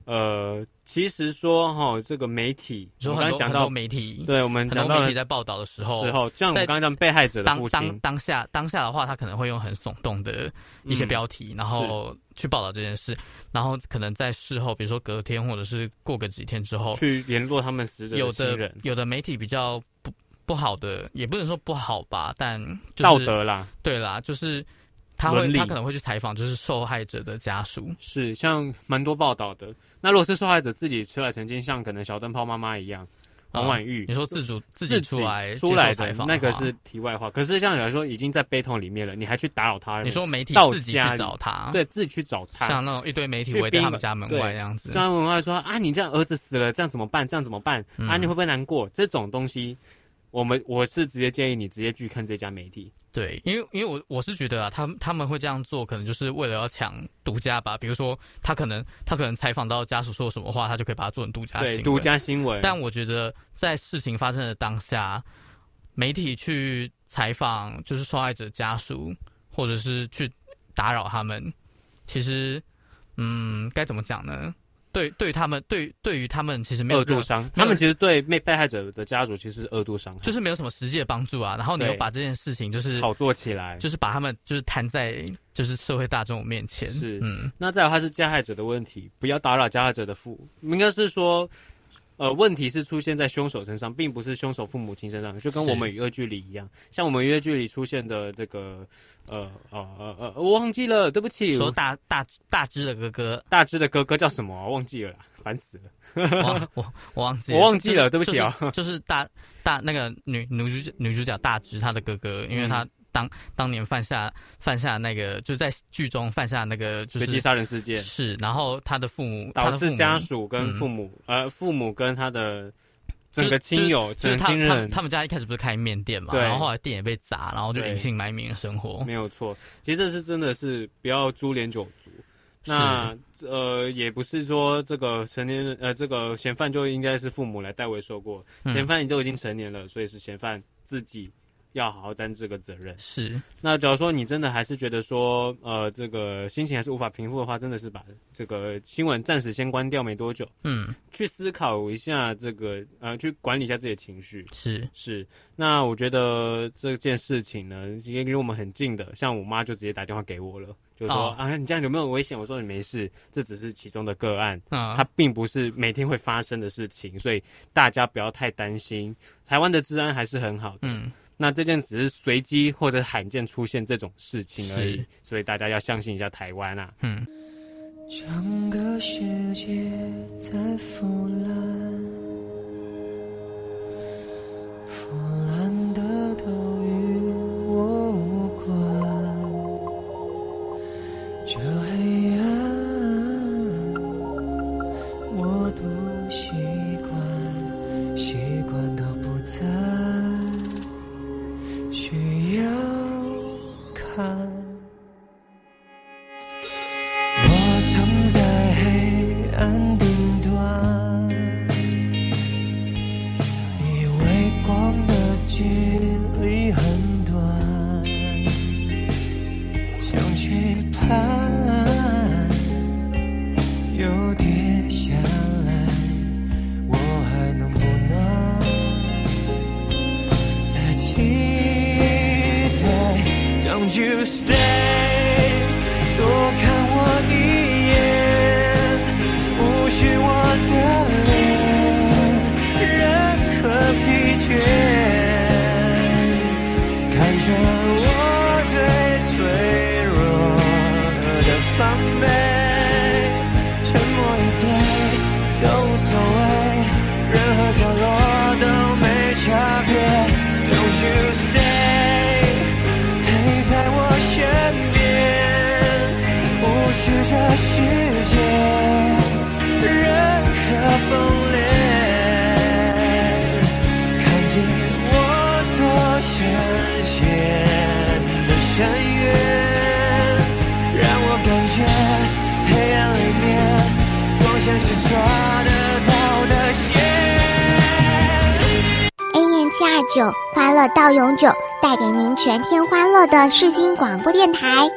Speaker 3: 呃，其实说哈，这个媒体，
Speaker 1: 你
Speaker 3: 我
Speaker 1: 说
Speaker 3: 刚
Speaker 1: 很多
Speaker 3: 刚讲
Speaker 1: 很多
Speaker 3: 到，
Speaker 1: 媒体，
Speaker 3: 对我们
Speaker 1: 很
Speaker 3: 讲
Speaker 1: 多
Speaker 3: 到
Speaker 1: 媒
Speaker 3: 了
Speaker 1: 体在报道的时候，
Speaker 3: 时候，像我
Speaker 1: 在
Speaker 3: 们刚刚讲被害者的
Speaker 1: 当
Speaker 3: 父
Speaker 1: 当
Speaker 3: 亲，
Speaker 1: 当下当下的话，他可能会用很耸动的一
Speaker 3: 嗯
Speaker 1: 些标题，然后去报道这件事，然后可能在事后，比如说隔天或者是过个几天之后，
Speaker 3: 去联络他们死者
Speaker 1: 有
Speaker 3: 亲
Speaker 1: 的
Speaker 3: 人，
Speaker 1: 有的媒体比较不好的，也不能说不好吧，但、就是、
Speaker 3: 道德啦，
Speaker 1: 对啦，就是他
Speaker 3: 伦
Speaker 1: 会
Speaker 3: 理
Speaker 1: 他可能会去采访，就是受害者的家属，
Speaker 3: 是像蛮多报道的。那如果是受害者自己出来澄清，像可能小灯泡妈妈一样，王婉玉、
Speaker 1: 啊嗯你说自主自己
Speaker 3: Oh 自
Speaker 1: 出来
Speaker 3: 出
Speaker 1: 接
Speaker 3: 来
Speaker 1: 受采
Speaker 3: 的
Speaker 1: 访
Speaker 3: 那个
Speaker 1: 话
Speaker 3: 是题外话。可是像有人说已经在悲痛里面了，你还去打扰他人，
Speaker 1: 你说媒体
Speaker 3: 到
Speaker 1: 自己
Speaker 3: 家
Speaker 1: 去
Speaker 3: 里
Speaker 1: 找他，
Speaker 3: 对自己去找他，
Speaker 1: 像那种一堆媒体
Speaker 3: 去
Speaker 1: 围在
Speaker 3: 宾
Speaker 1: 他们家门
Speaker 3: 对
Speaker 1: 外这样子，
Speaker 3: 张文化说啊，你这样儿子死了，这样怎么办？这样怎么办？啊，
Speaker 1: 嗯
Speaker 3: 你会不会难过？这种东西，我们我是直接建议你直接去看这家媒体。
Speaker 1: 对，因为因为我我是觉得啊，他们他们会这样做，可能就是为了要抢独家吧。比如说，他可能他可能采访到家属说什么话，他就可以把它做成独家新
Speaker 3: 对，
Speaker 1: 闻。
Speaker 3: 独。家新闻。
Speaker 1: 但我觉得在事情发生的当下，媒体去采访就是受害者家属，或者是去打扰他们，其实嗯，该怎么讲呢？对，对于他们，对对于他们，其实没有
Speaker 3: 二
Speaker 1: 任
Speaker 3: 度
Speaker 1: 何
Speaker 3: 伤，
Speaker 1: 没有
Speaker 3: 他们其实对被被害者的家属其实是二度伤害，
Speaker 1: 就是没有什么实际的帮助啊。然后你又
Speaker 3: 对
Speaker 1: 把这件事情就是
Speaker 3: 炒作起来。
Speaker 1: 就是把他们就是摊在就是社会大众面前，
Speaker 3: 是
Speaker 1: 嗯，
Speaker 3: 那再有，他是加害者的问题，不要打扰加害者的父，应该是说，呃，问题是出现在凶手身上，并不是凶手父母亲身上，就跟
Speaker 1: 是
Speaker 3: 我们与恶距离一样，像我们与恶距离出现的这个，呃，呃呃呃，我忘记了，对不起，
Speaker 1: 说大大大只的哥
Speaker 3: *laughs*，
Speaker 1: 哥
Speaker 3: 大只的哥哥叫什么啊、忘记了啦，烦死了。
Speaker 1: 我我我忘记了，
Speaker 3: 我忘记了
Speaker 1: 就是
Speaker 3: 对不起啊
Speaker 1: 就是就是大大那个女女主角女主角大只她的哥哥，因为他
Speaker 3: 嗯
Speaker 1: 当当年犯下犯下那个就是在剧中犯下那个就
Speaker 3: 随机
Speaker 1: 是
Speaker 3: 杀人事件
Speaker 1: 是，然后他的父母他
Speaker 3: 导
Speaker 1: 的父
Speaker 3: 致
Speaker 1: 母
Speaker 3: 家属跟父母，呃，父母跟他的整个亲友、
Speaker 1: 就
Speaker 3: 整
Speaker 1: 是
Speaker 3: 个
Speaker 1: 他
Speaker 3: 亲
Speaker 1: 他们
Speaker 3: 人，
Speaker 1: 他们家一开始不是开面店嘛，
Speaker 3: 对
Speaker 1: 然后后来店也被砸，然后就
Speaker 3: 对
Speaker 1: 隐姓埋名的生活
Speaker 3: 没，有错。其实这是真的是不要株连九族。那呃，也不是说这个成年人，呃，这个嫌犯就应该是父母来代为受过。
Speaker 1: 嗯
Speaker 3: 嫌犯你都已经成年了，所以是嫌犯自己要好好担这个责任。
Speaker 1: 是
Speaker 3: 那假如说你真的还是觉得说，呃，这个心情还是无法平复的话，真的是把这个新闻暂时先关掉没多久，
Speaker 1: 嗯
Speaker 3: 去思考一下这个，呃，去管理一下自己的情绪。
Speaker 1: 是
Speaker 3: 是，那我觉得这件事情呢，也离我们很近的，像我妈就直接打电话给我了，就说、
Speaker 1: 哦
Speaker 3: 啊，你这样有没有危险？我说你没事，这只是其中的个案，
Speaker 1: 嗯
Speaker 3: 它并不是每天会发生的事情，所以大家不要太担心。台湾的治安还是很好的，
Speaker 1: 嗯
Speaker 3: 那这件只是随机或者罕见出现这种事情而已
Speaker 1: 是，
Speaker 3: 所以大家要相信一下台湾啊。
Speaker 1: 嗯
Speaker 7: 整个世界在腐烂，腐烂的都与我无关。这黑暗，我都习惯，习惯到不再需要看。我曾在黑暗顶端，以为光的距离很短，想去攀，又跌下来，我还能不能再期待？Don't you stay？多看我一眼，无视我的脸，任何疲倦，看着我最脆弱的防备，沉默以对都无所谓，任何角落都没差别。Don't you stay？陪在我身边，无视这世界任何崩裂，看见我所深陷的深渊，让我感觉黑暗里面光线是抓得到的线。
Speaker 9: A 年七二九，欢乐到永久，带给您全天欢乐的世新广播电台。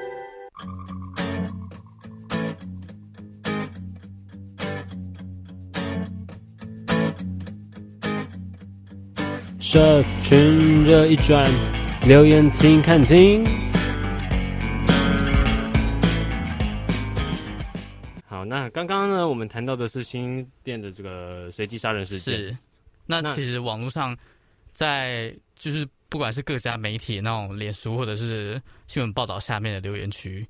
Speaker 7: 社群热一转，留言请看清。
Speaker 3: 好，那刚刚呢，我们谈到的是新店的这个随机杀人事件，
Speaker 1: 是，那
Speaker 3: 那
Speaker 1: 其实网络上在就是不管是各家媒体那种脸书或者是新闻报道下面的留言区，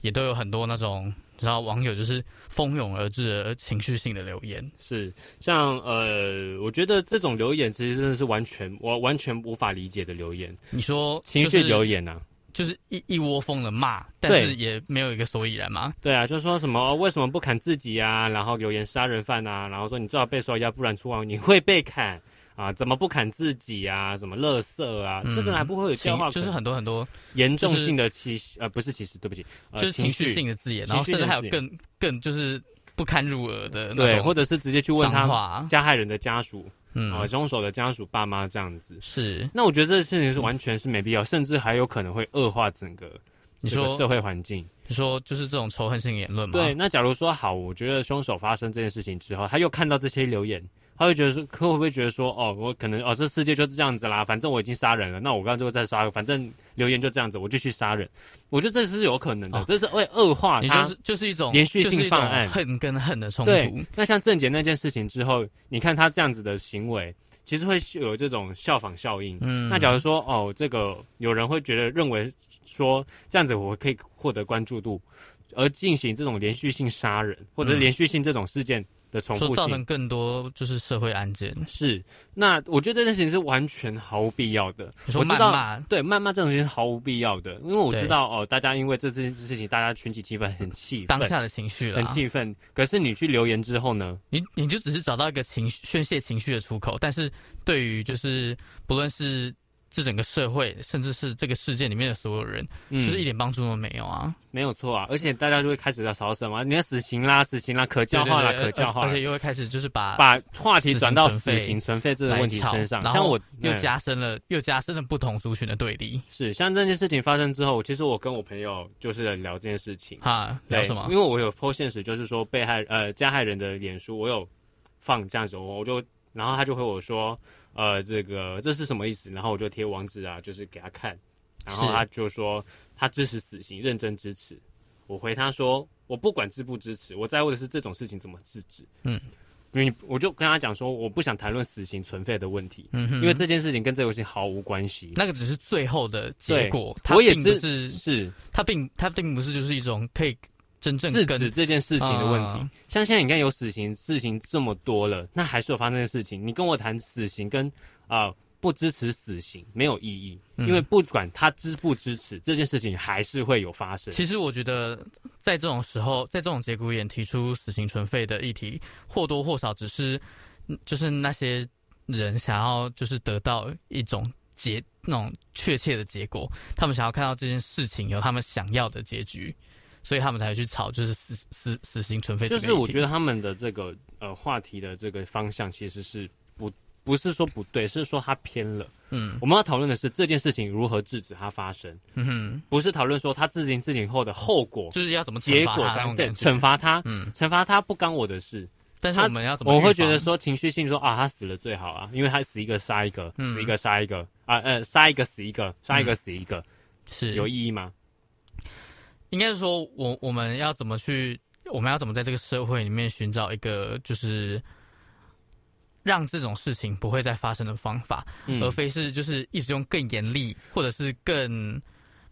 Speaker 1: 也都有很多那种然后网友就是蜂拥而至的情绪性的留言。
Speaker 3: 是，像呃，我觉得这种留言其实真的是完全我完全无法理解的留言，
Speaker 1: 你说
Speaker 3: 情绪留言啊呐、
Speaker 1: 就是、就是一一窝蜂的骂，但
Speaker 3: 对
Speaker 1: 是也没有一个所以然嘛。
Speaker 3: 对啊，就说什么、哦为什么不砍自己啊，然后留言杀人犯啊，然后说你最好被收押，不然出网你会被砍啊，怎么不砍自己啊，什么乐色啊，
Speaker 1: 嗯
Speaker 3: 这个还不会有笑话，
Speaker 1: 就是很多很多
Speaker 3: 严重性的歧视，呃，不是歧视，对不起，呃、
Speaker 1: 就是情绪
Speaker 3: 绪
Speaker 1: 性的字眼，然后甚
Speaker 3: 情绪
Speaker 1: 至
Speaker 3: 性的
Speaker 1: 还
Speaker 3: 字
Speaker 1: 有
Speaker 3: 眼
Speaker 1: 更更就是不堪入耳的那
Speaker 3: 对，
Speaker 1: 种
Speaker 3: 或者是直接去问
Speaker 1: 脏
Speaker 3: 他
Speaker 1: 话。啊
Speaker 3: 加害人的家属
Speaker 1: 嗯，
Speaker 3: 啊、凶手的家属爸妈这样子。
Speaker 1: 是
Speaker 3: 那我觉得这事情是完全是没必要，甚至还有可能会恶化整个
Speaker 1: 你
Speaker 3: 这个
Speaker 1: 说嗯啊
Speaker 3: 社会环境。
Speaker 1: 你说就是这种仇恨性言论嘛？
Speaker 3: 对，，那假如说好，我觉得凶手发生这件事情之后，他又看到这些留言，他会觉得说，可会不会觉得说，哦，我可能哦，这世界就是这样子啦，反正我已经杀人了，那我刚刚就再杀，反正留言就这样子，我就去杀人。我觉得这是有可能的，
Speaker 1: 哦
Speaker 3: 这是会恶化
Speaker 1: 也
Speaker 3: 他。
Speaker 1: 就是就是一种
Speaker 3: 啊连续性
Speaker 1: 就是一种
Speaker 3: 犯案
Speaker 1: 恨跟恨的冲
Speaker 3: 对
Speaker 1: 突。，
Speaker 3: 那像郑杰那件事情之后，你看他这样子的行为，其实会有这种效仿效应。
Speaker 1: 嗯，
Speaker 3: 那假如说哦，这个有人会觉得认为说这样子我可以获得关注度，而进行这种连续性杀人或者是
Speaker 1: 嗯
Speaker 3: 连续性这种事件的重
Speaker 1: 说
Speaker 3: 复
Speaker 1: 造
Speaker 3: 性，
Speaker 1: 成更多就是社会案件，
Speaker 3: 是那我觉得这件事情是完全毫无必要的。
Speaker 1: 你说
Speaker 3: 我知
Speaker 1: 谩
Speaker 3: 道
Speaker 1: 骂，
Speaker 3: 对，谩骂这种事情是毫无必要的，因为我知
Speaker 1: 对
Speaker 3: 道哦，大家因为这件事情，大家群起气愤，很气愤，
Speaker 1: 当下的情绪了
Speaker 3: 很，气愤。可是你去留言之后呢？
Speaker 1: 你你就只是找到一个情绪宣泄情绪的出口，但是对于就是不论是这整个社会，甚至是这个世界里面的所有人，
Speaker 3: 嗯
Speaker 1: 就是一点帮助都没有啊！
Speaker 3: 没有错啊，而且大家就会开始在吵什么，你要死刑啦，死刑啦，可
Speaker 1: 对
Speaker 3: 教化啦，
Speaker 1: 对对
Speaker 3: 可教化
Speaker 1: 而
Speaker 3: 啦
Speaker 1: 且，又会开始就是把
Speaker 3: 把话题
Speaker 1: 死刑
Speaker 3: 转到
Speaker 1: 存
Speaker 3: 死
Speaker 1: 废
Speaker 3: 刑存废这个
Speaker 1: 来
Speaker 3: 问题
Speaker 1: 吵
Speaker 3: 身上。
Speaker 1: 然
Speaker 3: 像
Speaker 1: 后
Speaker 3: 我
Speaker 1: 又
Speaker 3: 嗯
Speaker 1: 加深了又加深了不同族群的对立
Speaker 3: 是像这件事情发生之后，其实我跟我朋友就是聊这件事情，
Speaker 1: 哈，聊
Speaker 3: 对
Speaker 1: 什么
Speaker 3: 因？为我有 po 现实，就是说被害呃加害人的脸书，我有放这样子，我我就然后他就回我说，呃，这个这是什么意思？然后我就贴网址啊，就是给他看，然后
Speaker 1: 是
Speaker 3: 他就说他支持死刑，认真支持。我回他说，我不管支不支持，我在乎的是这种事情怎么制止。
Speaker 1: 嗯，
Speaker 3: 因为我就跟他讲说，我不想谈论死刑存废的问题，
Speaker 1: 嗯哼，
Speaker 3: 因为这件事情跟这游戏毫无关系。
Speaker 1: 那个只是最后的
Speaker 3: 对
Speaker 1: 结果，它
Speaker 3: 我也
Speaker 1: 并不
Speaker 3: 知
Speaker 1: 是
Speaker 3: 是
Speaker 1: 它并它并不是就是一种可以真正
Speaker 3: 制
Speaker 1: 跟
Speaker 3: 止这件事情的问题。
Speaker 1: 嗯
Speaker 3: 像现在你看有死刑事情这么多了，那还是有发生的事情。你跟我谈死刑跟啊、呃不支持死刑没有意义，
Speaker 1: 嗯
Speaker 3: 因为不管他支不支持这件事情，还是会有发生。
Speaker 1: 其实我觉得，在这种时候，在这种节骨眼提出死刑存废的议题，或多或少只是嗯就是那些人想要就是得到一种结那种确切的结果，他们想要看到这件事情有他们想要的结局，所以他们才会去吵就是死死死刑存废这
Speaker 3: 就
Speaker 1: 个议题。
Speaker 3: 是我觉得他们的这个呃话题的这个方向其实是不不是说不对，是说他偏了。
Speaker 1: 嗯
Speaker 3: 我们要讨论的是这件事情如何制止它发生，
Speaker 1: 嗯哼，
Speaker 3: 不是讨论说他自行事情后的后果、
Speaker 1: 就是要怎么
Speaker 3: 结
Speaker 1: 惩罚
Speaker 3: 果
Speaker 1: 他那
Speaker 3: 干
Speaker 1: 种
Speaker 3: 对
Speaker 1: 感觉
Speaker 3: 惩罚他，
Speaker 1: 嗯，
Speaker 3: 惩罚他不干我的事。
Speaker 1: 但是
Speaker 3: 他
Speaker 1: 我们要怎么？
Speaker 3: 我会觉得，说情绪性说啊，他死了最好啊，因为他死一个杀一个，
Speaker 1: 嗯
Speaker 3: 死一个杀一个啊，呃，杀一个死一个，杀一个死一个，
Speaker 1: 是
Speaker 3: 有意义吗？
Speaker 1: 应该是说我我们要怎么去，我们要怎么在这个社会里面寻找一个就是让这种事情不会再发生的方法，
Speaker 3: 嗯
Speaker 1: 而非是就是一直用更严厉或者是更。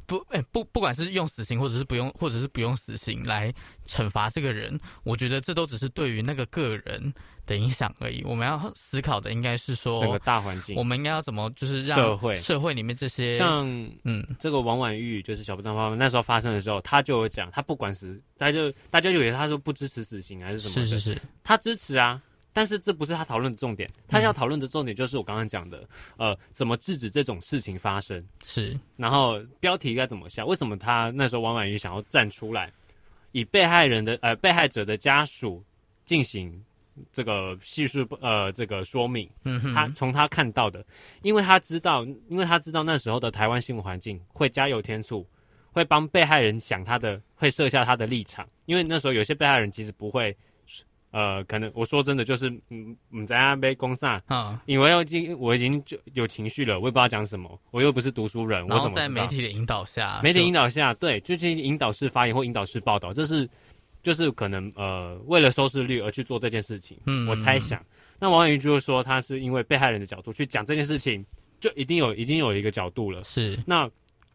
Speaker 1: 不，哎、不，不管是用死刑，或者是不用，或者是不用死刑来惩罚这个人，我觉得这都只是对于那个个人的影响而已。我们要思考的应该是说，
Speaker 3: 整个大环境
Speaker 1: 我，们应该要怎么就是让
Speaker 3: 社会
Speaker 1: 社会里面这些
Speaker 3: 像
Speaker 1: 嗯
Speaker 3: 这个王婉玉就是小不当妈妈那时候发生的时候，他就有讲，他不管死，他就大家就以为他说不支持死刑还是什么
Speaker 1: 是
Speaker 3: 的，
Speaker 1: 是是
Speaker 3: 他支持啊。但是这不是他讨论的重点，
Speaker 1: 嗯
Speaker 3: 他要讨论的重点就是我刚刚讲的，呃，怎么制止这种事情发生。
Speaker 1: 是
Speaker 3: 然后标题该怎么下？为什么他那时候王婉瑜想要站出来，以被害人的呃被害者的家属进行这个叙述呃这个说明？
Speaker 1: 嗯哼，
Speaker 3: 他从他看到的，因为他知道，因为他知道那时候的台湾新闻环境会加油添醋，会帮被害人想他的，会设下他的立场。因为那时候有些被害人其实不会，呃，可能我说真的就是，嗯，嗯，在那被攻上，
Speaker 1: 嗯，
Speaker 3: 因为我已经我已经就有情绪了，我也不知道讲什么，我又不是读书人，我
Speaker 1: 然
Speaker 3: 怎
Speaker 1: 后
Speaker 3: 么
Speaker 1: 在
Speaker 3: 知
Speaker 1: 媒
Speaker 3: 道？
Speaker 1: 体的引导下，
Speaker 3: 媒体引
Speaker 1: 导
Speaker 3: 导下，对，就是引导式发言或引导式报道，这是就是可能呃为了收视率而去做这件事情，
Speaker 1: 嗯
Speaker 3: 我猜想。那王婉瑜就说，他是因为被害人的角度去讲这件事情，就一定有已经有一个角度了。
Speaker 1: 是
Speaker 3: 那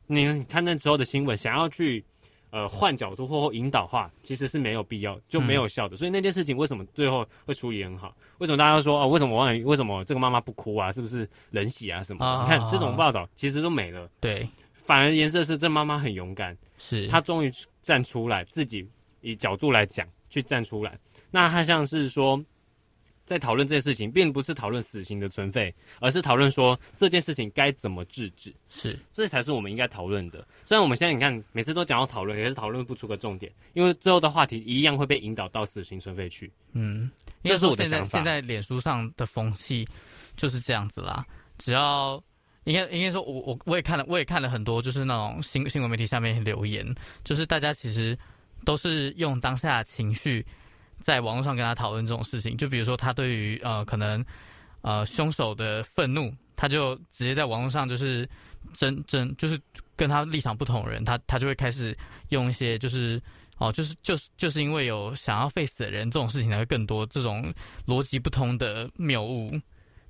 Speaker 3: 你你看那时候的新闻，想要去呃换角度或引导化，其实是没有必要，
Speaker 1: 嗯
Speaker 3: 就没有效的。所以那件事情为什么最后会处理很好？为什么大家说哦，为什么王婉瑜为什么这个妈妈不哭啊？是不是冷血啊什么的？
Speaker 1: 啊
Speaker 3: 你看这种报道其实都没了，
Speaker 1: 对，
Speaker 3: 反而颜色是这妈妈很勇敢，
Speaker 1: 是
Speaker 3: 她终于站出来，自己以角度来讲去站出来。那她像是说。在讨论这件事情，并不是讨论死刑的存废，而是讨论说这件事情该怎么制止。
Speaker 1: 是
Speaker 3: 这才是我们应该讨论的。虽然我们现在你看，每次都讲到讨论，也是讨论不出个重点，因为最后的话题一样会被引导到死刑存废去。
Speaker 1: 嗯，
Speaker 3: 这是我的
Speaker 1: 应该说
Speaker 3: 想法
Speaker 1: 现在现在脸书上的风气就是这样子啦，只要应该应该说我，我我也看了，我也看了很多，就是那种新新闻媒体下面留言，就是大家其实都是用当下的情绪在网络上跟他讨论这种事情。就比如说他对于呃可能呃凶手的愤怒，他就直接在网络上就是争争，就是跟他立场不同的人，他他就会开始用一些就是哦，就是就是就是因为有想要 face 的人这种事情才会更多这种逻辑不通的谬误，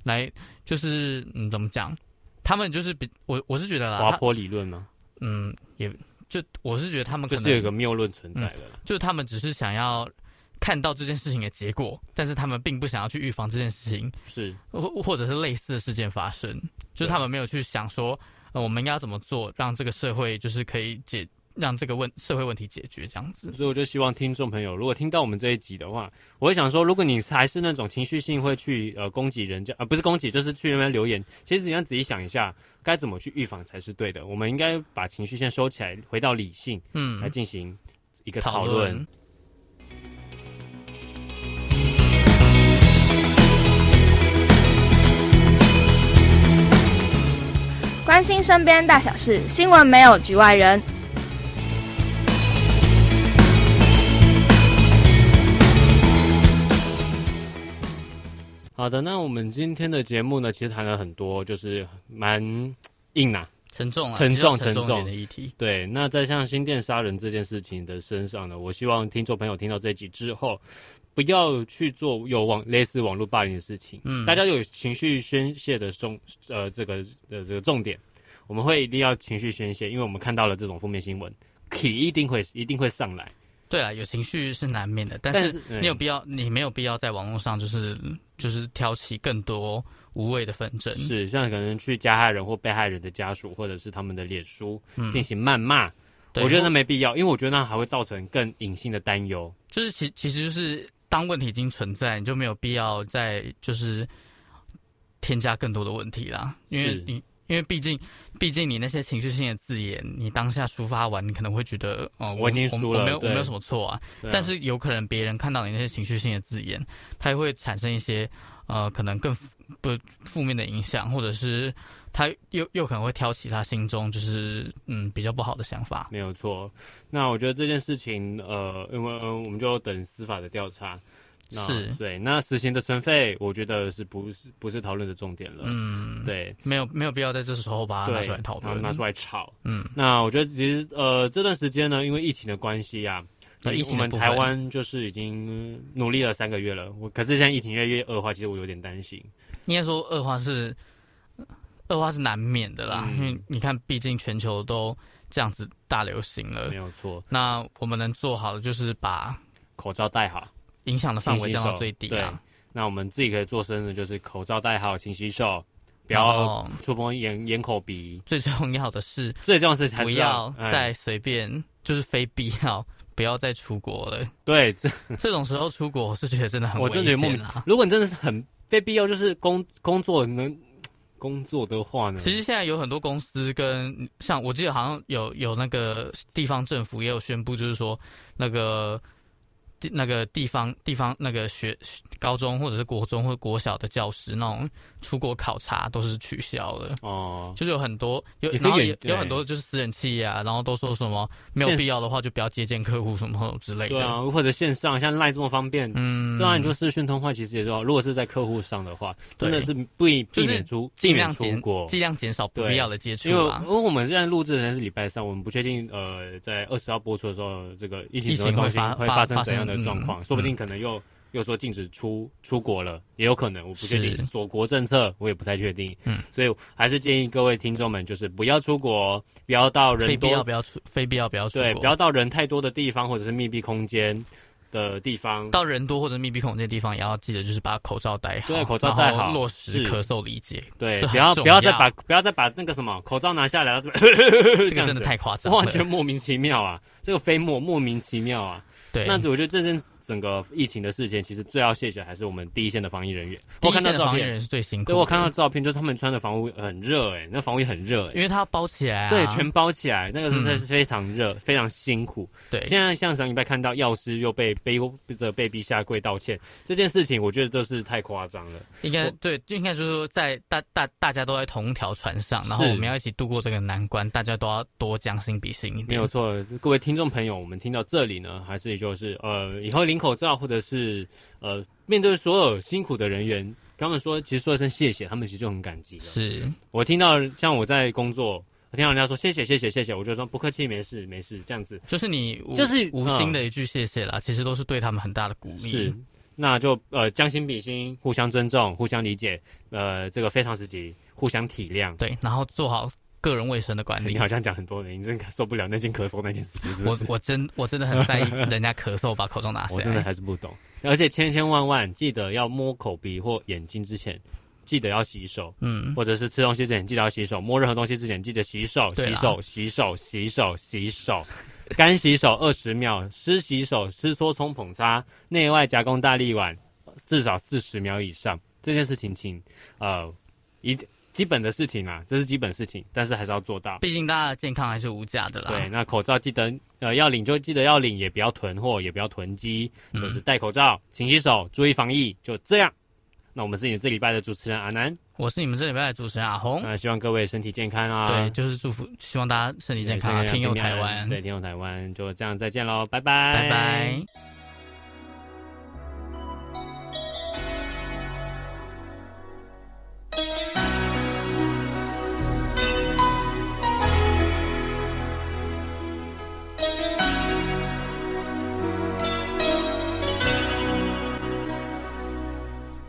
Speaker 1: 来就是嗯怎么讲？他们就是比我我是觉得啦，
Speaker 3: 滑
Speaker 1: 他
Speaker 3: 坡理论吗？
Speaker 1: 嗯也就我是觉得他们可
Speaker 3: 就
Speaker 1: 能
Speaker 3: 是有一个谬论存在的啦。
Speaker 1: 就是他们只是想要看到这件事情的结果，但是他们并不想要去预防这件事情，
Speaker 3: 是
Speaker 1: 或或者是类似的事件发生，就是他们没有去想说，呃，我们应该要怎么做，让这个社会就是可以解，让这个问社会问题解决这样子。
Speaker 3: 所以我就希望听众朋友，如果听到我们这一集的话，我会想说，如果你还是那种情绪性会去呃攻击人家，呃不是攻击，就是去那边留言，其实你要仔细想一下，该怎么去预防才是对的。我们应该把情绪先收起来，回到理性
Speaker 1: 嗯，
Speaker 3: 来进行一个
Speaker 1: 讨
Speaker 3: 讨论。
Speaker 8: 关心身边大小事，新闻没有局外人。
Speaker 3: 好的，那我们今天的节目呢，其实谈了很多，就是蛮硬啊。
Speaker 1: 沉重啊，
Speaker 3: 沉重
Speaker 1: 比较沉
Speaker 3: 沉
Speaker 1: 一
Speaker 3: 重
Speaker 1: 点的议题。
Speaker 3: 对，那在像新店杀人这件事情的身上呢，我希望听众朋友听到这一集之后，不要去做有网类似网络霸凌的事情。
Speaker 1: 嗯
Speaker 3: 大家有情绪宣泄的重呃这个呃这个重点，我们会一定要情绪宣泄，因为我们看到了这种负面新闻，体一定会一定会上来。
Speaker 1: 对啊，有情绪是难免的，但
Speaker 3: 但
Speaker 1: 是
Speaker 3: 是
Speaker 1: 你有
Speaker 3: 嗯
Speaker 1: 必要，你没有必要在网络上就是就是挑起更多无谓的纷争。
Speaker 3: 是像可能去加害人或被害人的家属，或者是他们的脸书
Speaker 1: 嗯
Speaker 3: 进行谩骂。
Speaker 1: 对
Speaker 3: 我觉得那没必要，因为我觉得那还会造成更隐性的担忧。
Speaker 1: 就是其其实就是当问题已经存在，你就没有必要再就是添加更多的问题啦，因为
Speaker 3: 是
Speaker 1: 你。因为毕竟，毕竟你那些情绪性的字眼，你当下抒发完，你可能会觉得，哦、
Speaker 3: 我已经输了
Speaker 1: 我没有，我
Speaker 3: 对
Speaker 1: 没有什么错啊。
Speaker 3: 对啊
Speaker 1: 但是有可能别人看到你那些情绪性的字眼，它会产生一些，呃，可能更负不负面的影响，或者是他又又可能会挑起他心中就是嗯比较不好的想法。
Speaker 3: 没有错，那我觉得这件事情，呃，因为、呃、我们就等司法的调查。那
Speaker 1: 是
Speaker 3: 对，那实行的存废，我觉得是不是不是讨论的重点了？
Speaker 1: 嗯，，
Speaker 3: 对，
Speaker 1: 没有没有必要在这时候把它
Speaker 3: 对，
Speaker 1: 拿出来讨
Speaker 3: 然后
Speaker 1: 论，
Speaker 3: 拿出来吵。
Speaker 1: 嗯。
Speaker 3: 那我觉得其实呃这段时间呢，因为疫情的关系啊，
Speaker 1: 对疫情
Speaker 3: 我
Speaker 1: 的
Speaker 3: 们
Speaker 1: 部
Speaker 3: 台
Speaker 1: 分
Speaker 3: 湾就是已经努力了三个月了。我可是现在疫情越来越恶化，其实我有点担心。
Speaker 1: 应该说恶化是恶化是难免的啦，
Speaker 3: 嗯
Speaker 1: 因为你看，毕竟全球都这样子大流行了
Speaker 3: 没，有错，
Speaker 1: 那我们能做好的就是把
Speaker 3: 口罩戴好。
Speaker 1: 影响的范围降到最低
Speaker 3: 勤洗手
Speaker 1: 啊。
Speaker 3: 那我们自己可以做生的就是口罩戴好，勤洗手，不
Speaker 1: 然
Speaker 3: 要
Speaker 1: 后
Speaker 3: 触碰眼眼口鼻。
Speaker 1: 最重要的是，
Speaker 3: 最重要的是还
Speaker 1: 不
Speaker 3: 是
Speaker 1: 要
Speaker 3: 哎
Speaker 1: 再随便，就是非必要。不要再出国
Speaker 3: *laughs*
Speaker 1: 了，
Speaker 3: 对，这
Speaker 1: 这种时候出国，我是觉得真的很
Speaker 3: 我真的觉得莫
Speaker 1: 危
Speaker 3: 名
Speaker 1: 险啊。
Speaker 3: 如果你真的是很非必要，就是工工作能工作的话呢，
Speaker 1: 其实现在有很多公司跟像我记得好像有有那个地方政府也有宣布，就是说那个地那个地方地方那个学高中或者是国中或者国小的教师那种出国考察都是取消了。
Speaker 3: 哦，
Speaker 1: 就是有很多有，
Speaker 3: 也可以
Speaker 1: 然后
Speaker 3: 远
Speaker 1: 有
Speaker 3: 对
Speaker 1: 有很多就是私人企业啊，然后都说什么没有
Speaker 3: 现实
Speaker 1: 必要的话就不要接见客户什么之类的。
Speaker 3: 对啊，或者线上像赖这么方便，
Speaker 1: 嗯，
Speaker 3: 对啊，你说视讯通话其实也是好。如果是在客户上的话，真
Speaker 1: 对
Speaker 3: 的是不避
Speaker 1: 就是
Speaker 3: 免出避
Speaker 1: 尽
Speaker 3: 免
Speaker 1: 量
Speaker 3: 出
Speaker 1: 减
Speaker 3: 国，
Speaker 1: 尽量减少不
Speaker 3: 对
Speaker 1: 必要的接
Speaker 3: 因为
Speaker 1: 触啊
Speaker 3: 因。为我们现在录制的是礼拜三，我们不确定呃，在二十号播出的时候，这个疫情
Speaker 1: 疫
Speaker 3: 指挥
Speaker 1: 情
Speaker 3: 中
Speaker 1: 会
Speaker 3: 心
Speaker 1: 发
Speaker 3: 会
Speaker 1: 发
Speaker 3: 发生
Speaker 1: 发
Speaker 3: 怎样的
Speaker 1: 生
Speaker 3: 状
Speaker 1: 嗯
Speaker 3: 况，说不定可能又又说禁止出出国了，也有可能，我不确定
Speaker 1: 是
Speaker 3: 锁国政策，我也不太确定。
Speaker 1: 嗯，
Speaker 3: 所以还是建议各位听众们，就是不要出国，不要到人
Speaker 1: 非必
Speaker 3: 多
Speaker 1: 要不要出，非必要不要出
Speaker 3: 对，
Speaker 1: 国
Speaker 3: 不要到人太多的地方，或者是密闭空间的地方。
Speaker 1: 到人多或者密闭恐这些地方，也要记得就是把口罩戴好，
Speaker 3: 对口罩戴好
Speaker 1: 然后落实
Speaker 3: 是
Speaker 1: 咳嗽理解，
Speaker 3: 对，
Speaker 1: 这很
Speaker 3: 不要
Speaker 1: 重
Speaker 3: 不要再
Speaker 1: 要
Speaker 3: 把不要再把那个什么口罩拿下来了，
Speaker 1: 这
Speaker 3: *laughs* 这
Speaker 1: 个
Speaker 3: 样
Speaker 1: 真
Speaker 3: 子
Speaker 1: 的太夸张了，
Speaker 3: 完全莫名其妙啊！这个飞沫莫名其妙啊！
Speaker 1: 对。
Speaker 3: 那我觉得这件整个疫情的事情，其实最要谢谢还是我们第一线的防疫人员。
Speaker 1: 第
Speaker 3: 我
Speaker 1: 一
Speaker 3: 看
Speaker 1: 线
Speaker 3: 到
Speaker 1: 的
Speaker 3: 照
Speaker 1: 防疫
Speaker 3: 片，
Speaker 1: 人是最辛苦的，
Speaker 3: 对我看到照片，就是他们穿的防护很热哎、那防护衣很热哎、
Speaker 1: 因为它要包起来、啊，
Speaker 3: 对，全包起来，那个是
Speaker 1: 嗯
Speaker 3: 真是非常热，非常辛苦。
Speaker 1: 对，
Speaker 3: 现在像上礼拜看到药师又被被这被逼下跪道歉这件事情，我觉得都是太夸张了。
Speaker 1: 应该
Speaker 3: 我
Speaker 1: 对，就应该就是说在大大大家都在同一条船上，然后
Speaker 3: 是
Speaker 1: 我们要一起度过这个难关，大家都要多将心比心一
Speaker 3: 没
Speaker 1: 点
Speaker 3: 有。错，各位听众朋友，我们听到这里呢，还是就是呃，以后领口罩或者是呃，面对所有辛苦的人员，跟他们说，其实说一声谢谢，他们其实就很感激了。
Speaker 1: 是，
Speaker 3: 我听到像我在工作，我听到人家说谢谢谢谢谢谢，我就说不客气，没事没事，这样子
Speaker 1: 就是你无
Speaker 3: 就是嗯
Speaker 1: 无心的一句谢谢啦，其实都是对他们很大的鼓励。
Speaker 3: 是，那就呃将心比心，互相尊重，互相理解，呃，这个非常时期互相体谅。
Speaker 1: 对，然后做好个人卫生的管
Speaker 3: 你
Speaker 1: 理
Speaker 3: 好。像讲很多人，你真的受不了那件咳嗽那件事情，是不
Speaker 1: 我
Speaker 3: 是？
Speaker 1: 我真我真的很在意人家咳嗽把口罩拿下
Speaker 3: 我真的
Speaker 1: 来，
Speaker 3: 还是不懂。而且千千万万记得要摸口鼻或眼睛之前，记得要洗手，
Speaker 1: 嗯，
Speaker 3: 或者是吃东西之前记得要洗手，摸任何东西之前记得洗手，
Speaker 1: 对
Speaker 3: 洗
Speaker 1: 啦
Speaker 3: 手，洗手，洗手，洗手。干洗手二十秒，湿洗手，湿搓冲捧擦，内外夹攻大力碗，至少四十秒以上。这件事情请呃一基本的事情啦，这是基本事情，但是还是要做到。
Speaker 1: 毕竟大家的健康还是无价的啦。
Speaker 3: 对，那口罩记得呃要领就记得要领，也不要囤货，也不要囤积，
Speaker 1: 嗯
Speaker 3: 就是戴口罩、勤洗手、注意防疫，就这样。那我们是你这礼拜的主持人阿南，
Speaker 1: 我是你们这礼拜的主持人阿红
Speaker 3: 那、，希望各位身体健康啊！
Speaker 1: 嗯对，就是祝福，希望大家身体健康啊，
Speaker 3: 对
Speaker 1: 天佑台湾，
Speaker 3: 对，天佑台湾，就这样，再见喽，拜拜，
Speaker 1: 拜拜。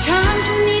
Speaker 4: 唱出你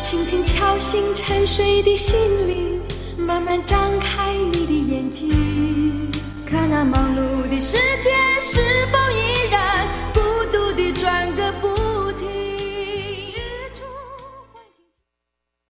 Speaker 4: 轻轻敲醒沉睡的心灵，慢慢张开你的眼睛，
Speaker 10: 看那忙碌的世界是